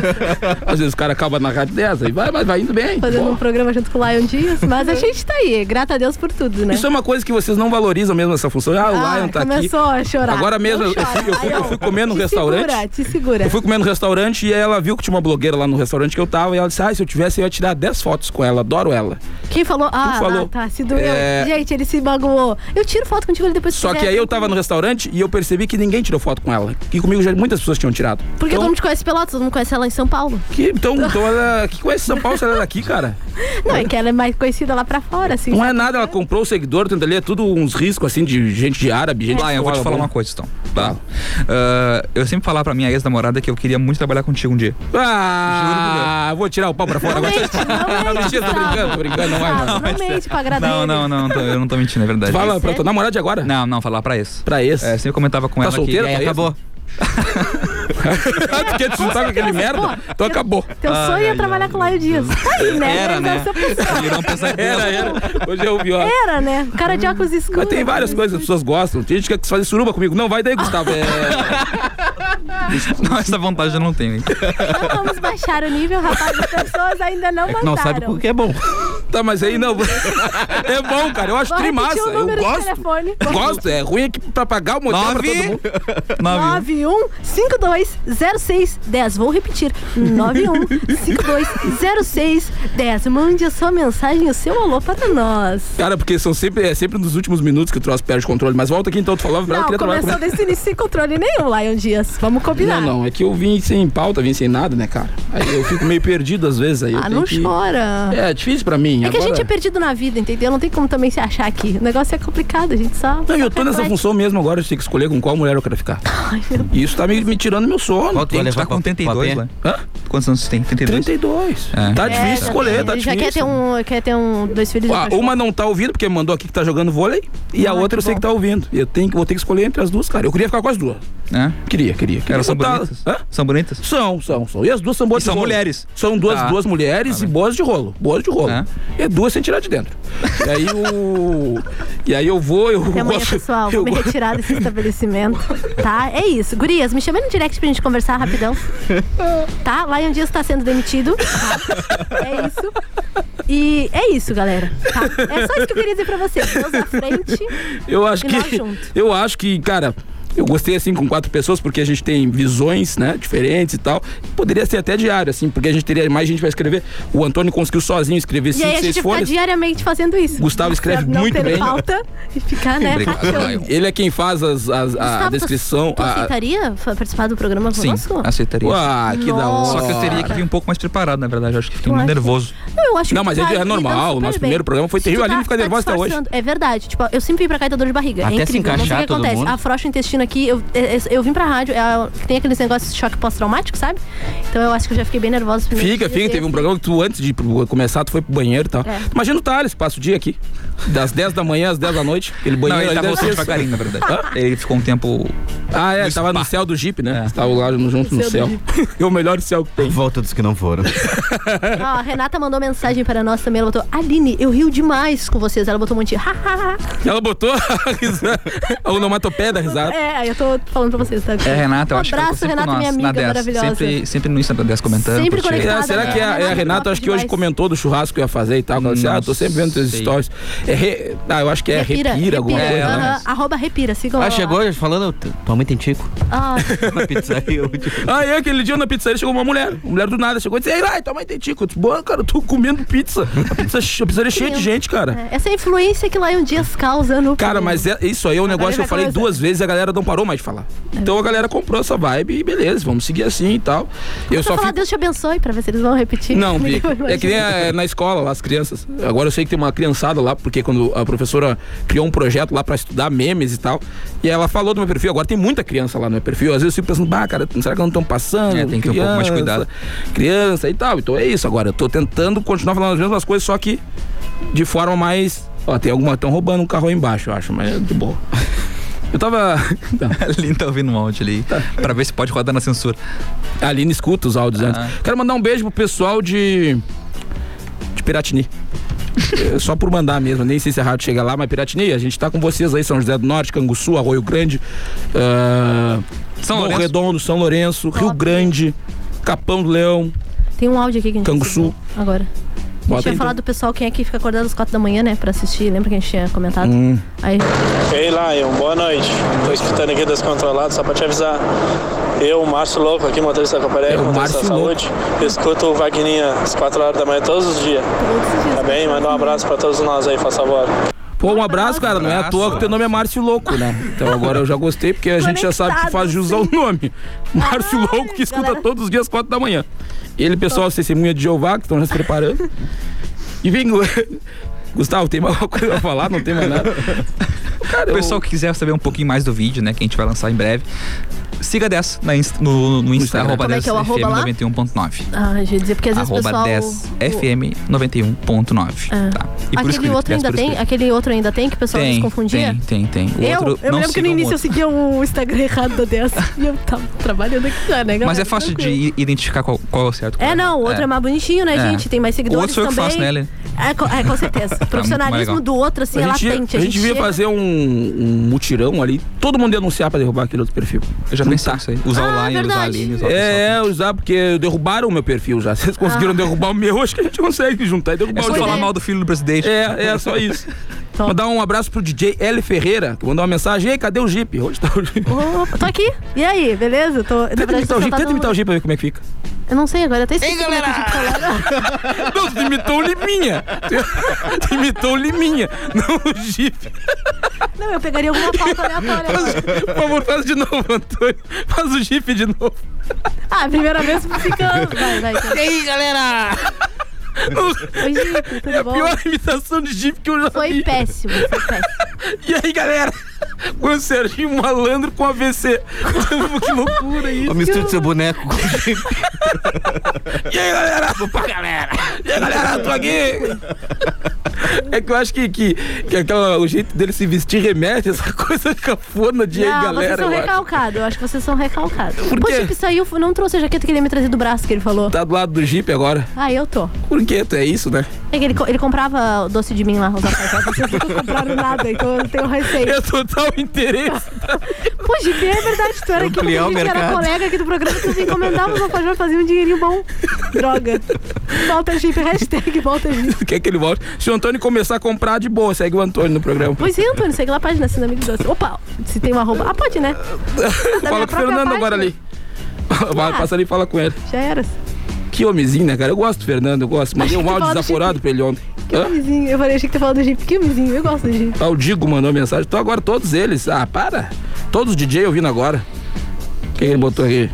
às vezes o cara acaba na rádio dessa e vai, mas vai indo bem.
Fazendo um programa junto com o Lion Dias, mas a gente tá aí. Grata a Deus por tudo, né?
Isso é uma coisa que vocês não valorizam mesmo essa função. Ah, o
Ah,
Lion tá aqui.
começou a chorar.
Agora mesmo,
Não
eu
chora,
fui, eu fui- eu fui comer num
te
restaurante.
Segura, te segura.
Eu fui comer no restaurante e aí ela viu que tinha uma blogueira lá no restaurante que eu tava e ela disse: Ah, se eu tivesse, eu ia tirar 10 fotos com ela, adoro ela.
Quem falou? Ah,
falou.
ah, tá, se doeu.
É.
Gente, ele se magoou. Eu tiro foto contigo ele depois se
Só que
quiser.
aí eu tava no restaurante e eu percebi que ninguém tirou foto com ela. Que comigo já muitas pessoas tinham tirado.
Porque todo mundo te conhece Pelotas, todo mundo conhece ela em São Paulo.
Que, então, então ela. Que conhece São Paulo se ela é daqui, cara?
Não, é que ela é mais conhecida lá pra fora, assim.
Não é nada, ela comprou o seguidor, tenta ali, é tudo uns riscos assim de gente de árabe, gente.
Lá, É. eu vou te falar uma coisa, então. Tá. Ah, eu sempre falava pra minha ex-namorada que eu queria muito trabalhar contigo um dia.
Ah, vou tirar o pau pra fora agora. Não, mentira, tô brincando, tô brincando, não é. vai.
Não, mente pra agradar
Não,
ele.
não, não, tô- eu não tô mentindo, é verdade.
Fala pra tua namorada de agora?
Não, não, falar pra esse.
Pra esse?
É, sempre comentava com
Tá
ela
solteira,
que
tá
é,
esse?
acabou.
tu quer te juntar com aquele merda? Então acabou.
Teu sonho é trabalhar com o Laio Dias. Tá aí, né?
Era, né?
Realização pessoal.
Era, era. Hoje é o pior.
Era, né? O cara de óculos escuros.
Mas tem várias coisas que as pessoas gostam. Tem gente que quer fazer suruba comigo. Não, vai daí, Gustavo. É...
Não, essa vontade eu não tenho, hein?
Não vamos baixar o nível, rapaz. As pessoas ainda não mandaram.
que é bom. Tá, mas aí não. É bom, cara. Eu acho
Vou
trimassa.
repetir o
Eu
número de
gosto.
telefone.
Gosto. É ruim aqui pra pagar o motel pra todo mundo.
91520610. Vou repetir. 91520610. Mande a sua mensagem, o seu alô para nós.
Cara, porque são sempre, é sempre nos últimos minutos que o troço perde o controle. Mas volta aqui então, tu falava pra ela
Não,
que queria
começou
trabalhar
desse início sem controle nenhum, Lion Dias. Vamos
com...
combinar.
Não, não, é que eu vim sem pauta, vim sem nada, né, cara? Aí eu fico meio perdido às vezes. Aí eu
Ah,
tenho
não
que-
chora.
É, difícil pra mim.
É que a
Agora-
gente é perdido na vida, entendeu? Não tem como também se achar aqui. O negócio é complicado, a gente só.
Não, e eu tô nessa função mesmo agora, eu tenho que escolher com qual mulher eu quero ficar. E isso tá me, me tirando meu sono.
Qual tu vai levar
tá
com 32 lá? né? Quantos anos tu tem? 32?
32.
É.
Tá
É,
difícil escolher, tá
ele já quer
difícil.
ter um, quer ter um dois filhos. e um
Ah,
cachorro.
uma não tá ouvindo, porque me mandou aqui que tá jogando vôlei, e
Ah,
a outra eu sei que tá ouvindo. Eu tenho, que- vou ter que escolher entre as duas, cara. Eu queria ficar com as duas.
É?
Queria, queria. queria
Elas são
botar-
bonitas?
Hã?
São bonitas?
São, são, são. E as duas são boas
E
de
são
rolo.
mulheres?
São duas,
Tá. É.
duas mulheres e boas de rolo. Boas de rolo. E duas sem tirar de dentro. E aí o. E aí eu vou, eu
Até amanhã,
gosto.
pessoal. Vou
eu
me
gosto-
retirar desse estabelecimento. Tá? É isso. Gurias, me chama no direct pra gente conversar rapidão. Tá? Lion Dias tá sendo demitido. Tá? É isso. E é isso, galera. Tá? É só isso que eu queria dizer pra vocês. Deus à frente.
Eu acho
E
que.
nós juntos.
Eu acho que, cara. Eu gostei assim com quatro pessoas porque a gente tem visões, né, diferentes e tal. Poderia ser até diário assim, porque a gente teria mais gente pra escrever. O Antônio conseguiu sozinho escrever
E aí a
cinco,
gente
seis
vai ficar
folhas.
diariamente fazendo isso.
Gustavo escreve
Pra não
muito
ter
bem.
Falta e ficar, né? rachando.
Ele é quem faz as- as- a
Gustavo,
descrição.
Tu
a-
aceitaria fa- participar do programa
Sim,
conosco?
aceitaria.
Uau, que da hora.
Só que eu teria que vir um pouco mais preparado, na verdade. Eu acho que fiquei
Tu
muito
acha?
nervoso.
Não, eu acho
Não,
que
mas
tu
é-
tá
é normal,
lidando
o
super
nosso
bem.
primeiro programa foi
Se
terrível,
tu
a Aline fica nervosa até hoje.
tá- disfarçando. É verdade. Tipo, eu sempre vim pra cá e dou dor de barriga.
Até
é
se
incrível. não sei
encaixar
o que
todo
acontece.
mundo.
Afrouxa o intestino aqui. Eu, é- é- eu vim pra rádio, é a- tem aqueles negócios de choque pós-traumático, sabe? Então eu acho que eu já fiquei bem nervosa.
Fica, fica. Teve um programa que tu, antes de pro- começar, tu foi pro banheiro e tal.
É.
Imagina o Thales, passa o dia aqui. Das 10 da manhã às 10 da noite. Aquele
Não,
banheiro
ele
ali
tá
deve
voltando
ser- assim.
devagarinho, na verdade.
Hã?
Ele ficou um tempo.
Ah, é, tava no céu do Jeep,
É.
né? Tava lá no- junto no
Céu
céu.
do
É o melhor céu que tem.
Volta dos que não foram.
Ó, a Renata mandou mensagem para nós também. Ela botou: Aline, eu rio demais com vocês. Ela botou um monte de. "Hahaha".
Ela botou a risada, a onomatopeia da risada.
é, aí eu tô falando pra vocês, tá?
É, Renata, eu
um
acho que
abraço,
ficou sempre
Renata,
nós,
minha
na
amiga
10.
maravilhosa.
Sempre, sempre no Insta da 10 comentando.
Sempre
curtindo.
É, será que é, a- é a Renata? Acho que hoje comentou do churrasco que eu ia fazer e tal. Ela disse, ah, tô sempre vendo teus stories. É re- Ah, eu acho que é repira, alguma coisa.
aham,
né?
Arroba repira, sigam
Ah,
lá.
chegou falando. Tua mãe tem tico.
Ah,
Na pizzaria.
Aí aquele dia na pizzaria chegou uma mulher, uma mulher do nada, chegou e disse, ei, ai, tua mãe tem tico. Eu disse, boa, cara, eu tô comendo pizza. A pizza, a pizzaria é cheia de gente, cara.
Essa influência que Lion Dias causa no.
Cara, mas é- isso aí é um negócio que eu falei duas vezes e a galera não parou mais de falar. Então a galera comprou essa vibe e beleza, vamos seguir assim e tal. Eu
Eu só
só
falar,
fico.
Deus te abençoe, pra ver se eles vão repetir.
Não,
Ninguém
Vic.
vai
É que nem a- na escola, lá, as crianças. Agora eu sei que tem uma criançada lá, porque quando a professora criou um projeto lá pra estudar memes e tal, e ela falou do meu perfil. Agora tem muita criança lá no meu perfil. Às vezes eu fico pensando, bah, cara, será que não estão passando?
É, tem que ter um pouco mais de cuidado.
Criança e tal. Então é isso agora. Eu tô tentando continuar falando as mesmas coisas, só que de forma mais. Ó, tem alguma. Estão roubando um carro aí embaixo, eu acho, mas é de boa. Eu tava. então,
A Aline tá ouvindo um áudio ali. Pra ver se pode rodar na censura.
A Aline escuta os áudios antes. Quero mandar um beijo pro pessoal de. de Piratini. É, Só por mandar mesmo, nem sei se é rádio chegar lá, mas Piratini, a gente tá com vocês aí, São José do Norte, Canguçu, Arroio Grande, ah, São Bom Redondo, São Lourenço, Rio Grande, Capão do Leão,
Tem um áudio aqui que a gente
Canguçu.
Agora. A
Bota
gente ia
aí,
falar
então.
do pessoal quem é que fica acordado às quatro da manhã, né? Pra assistir. Lembra que a gente tinha comentado?
Hum.
Aí.
Ei, Lion, boa noite. Tô escutando aqui Descontrolado, só pra te avisar. Eu, Márcio Louco, aqui, motorista da Caparé,
É,
motorista da Saúde, escuto o Vagninha às 4 horas da manhã todos os dias. Tá bem? Manda um abraço pra todos nós aí, faz favor.
Pô, um abraço, cara. Não é à toa que teu nome é Márcio Louco, né? Então agora eu já gostei, porque a gente já sabe que faz jus ao nome. Márcio Louco, que escuta todos os dias às quatro da manhã. Ele, pessoal, as testemunha de Jeová, que estão já se preparando. E vem. Gustavo, tem mais alguma coisa a falar? Não tem mais nada.
o pessoal que quiser saber um pouquinho mais do vídeo, né? Que a gente vai lançar em breve. Siga 10 na inst- no, no Insta,
Instagram.
arroba
Como é
10
que é o arroba lá?
FM91.9.
Ah, eu ia dizer, porque às vezes o
Arroba
pessoal. É.
10 FM91.9. Tá. E por isso que
Aquele
eu
outro
peço
ainda
por isso
tem?
que-
Aquele outro ainda tem que o pessoal se confundia?
Tem, tem, tem. O
eu,
outro,
eu
não
lembro que
sigam
no
o
início eu
outro.
seguia o Instagram errado dessa e eu tava trabalhando aqui já, né, galera?
Mas é fácil de i- identificar qual, qual é o certo.
É, não, o outro é, mais bonito, né,
É.
gente? Tem mais seguidores
O outro sou eu que
também.
faço, né, Lê?
é, co- é, com certeza. O profissionalismo
Tá legal.
do outro, assim, é
a gente,
latente.
a gente devia
chega-
fazer um, um mutirão ali, todo mundo ia anunciar pra derrubar aquele outro perfil.
Eu já pensei isso aí.
Ah,
Usar o Line, usar a
verdade.
Aline, usar o
É, é, usar, porque derrubaram o meu perfil já. Vocês conseguiram
Ah.
derrubar o meu, acho que a gente consegue juntar e derrubar
É só
o de
falar
lá.
mal do filho do presidente.
É, é só isso.
Então.
Mandar um abraço pro DJ L Ferreira, que mandou uma mensagem. Ei, cadê o Jeep? Onde tá o Jeep?
Opa, tô aqui. E aí, beleza? Tô, na
Tenta
verdade,
imitar
tô
o Jeep,
sentada
tenta
no-
imitar o Jeep pra ver como é que fica.
Eu não sei agora, eu até esqueci. Ei, galera!
Não, tu imitou o Liminha. Tu- Tu imitou o Liminha, não o Jeep.
Não, eu pegaria alguma pauta aleatória.
Faz- Por favor, faz de novo, Antônio. Faz o Jeep de novo.
Ah, a primeira vez fica. Vai, vai. Então.
E aí, galera?
Oi, Jeep, tudo
é a
bom?
pior imitação de Jeep que eu já
Foi
vi.
péssimo, foi péssimo.
E aí, galera? Com o Serginho Malandro com AVC. que loucura isso.
Uma mistura do seu boneco com
E aí, galera? Opa, galera! E aí, galera, tô aqui! É que eu acho que, que, que aquela, o jeito dele se vestir remete a essa coisa cafona de
não,
aí,
vocês
galera.
são
eu acho.
recalcados. Eu acho que vocês são recalcados.
Por
Pô,
quê?
tipo, isso aí eu não trouxe a jaqueta que ele ia me trazer do braço que ele falou.
Tá do lado do Jeep agora.
Ah, eu tô.
Por quê? Tu é isso, né?
É que ele, co- ele comprava o doce de mim lá, os rapazes. Vocês nunca compraram nada, então eu tenho receio.
É total interesse.
Pô, Gibi, é verdade, tu era aqui porque
Ampliar
a
o
gente era
mercado.
colega aqui do programa, tu encomendava os alfajor, fazia um dinheirinho bom. Droga. Volta Jeep, hashtag volta Jeep.
Quer que ele volte? Se o Antônio começar a comprar, de boa, segue o Antônio no programa.
Pois é, Antônio, segue lá a página, assina amigo doce. Opa, se tem uma arroba. Ah, pode, né? Da minha
Fala com o
própria
Fernando agora
página. Ah.
ali. Vai, Passa ali e fala com ele.
Já era.
Que homenzinho, né, cara? Eu gosto do Fernando, eu gosto. Mandei
Achei
um
que
áudio
fala do
desaforado pra ele ontem.
Que
Hã?
vizinho. Eu falei, achei que tu falou do Jeep. Que vizinho, eu gosto do Jeep.
Ah, o Digo mandou mensagem. Então agora todos eles. Ah, para. Todos os DJ ouvindo agora. Quem ele botou aqui?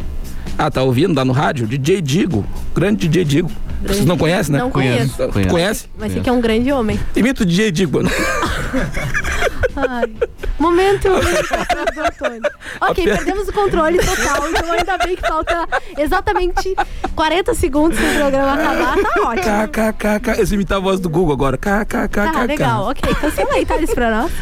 Ah, tá ouvindo? Tá no rádio? DJ Digo. Grande DJ Digo. Vocês não conhecem, né?
Não conheço.
Conhece? Conhece?
Mas sei que é um grande homem.
Imita o DJ Digo.
Ai. Momento, momento do Antônio. Ok,
piada-
perdemos o controle total, então ainda bem que falta exatamente 40 segundos pro programa acabar. Tá ótimo.
KKKK. Eu imitar a voz do Google agora. KKKK.
Tá, legal, ok. Cancela aí, tá? Isso pra nós.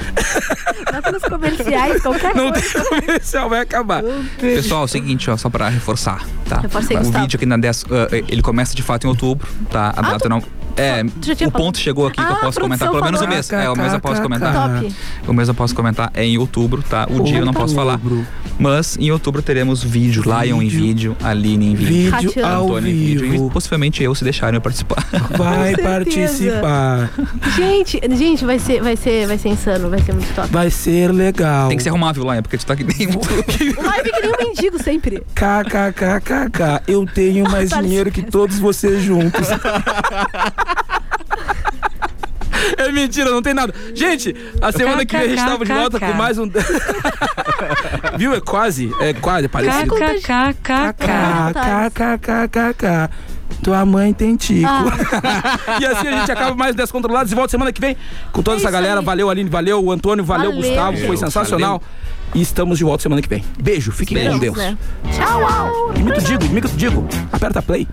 Bota nos comerciais, qualquer
Não
coisa.
tem comercial, vai acabar.
Uhum.
Pessoal, é o seguinte, ó, só pra reforçar, tá?
Reforça aí,
o
Gustavo. Ah,
vídeo aqui na 10, uh, ele começa de fato em outubro, tá? A data não. É,
já tinha
o
falado.
ponto chegou aqui que
Ah, a
eu posso
produção
comentar, pelo menos o
falou.
mês. É, o mês eu posso comentar.
Top.
O mês eu posso comentar é em outubro, tá? O dia eu não posso falar. Mas em outubro teremos vídeo, Lion em vídeo, Aline em vídeo,
Vídeo ao
Antônio em vídeo e possivelmente eu se deixarem eu participar.
Vai
Com certeza. participar. Gente, gente, vai ser, vai ser, vai ser insano, vai ser muito top.
Vai ser legal.
Tem que ser arrumável, Lion, porque tu tá aqui dentro.
O live que nem um mendigo sempre.
KKKKK. Eu tenho mais dinheiro que todos vocês juntos. É mentira, não tem nada. Gente, a semana que vem a gente tava de volta com mais um. Viu? É quase, é quase, é parecido. KKKKKKK. Tua mãe tem tico. e assim a gente acaba mais descontrolados e volta semana que vem com toda essa galera. Valeu, Aline, valeu, o Antônio, valeu,
Valeu,
Gustavo. Foi
gente.
sensacional. E estamos de volta semana que vem. Beijo, fiquem com
Beijos,
Deus.
né? Tchau, tchau.
Imito Digo, imito Digo. Aperta play.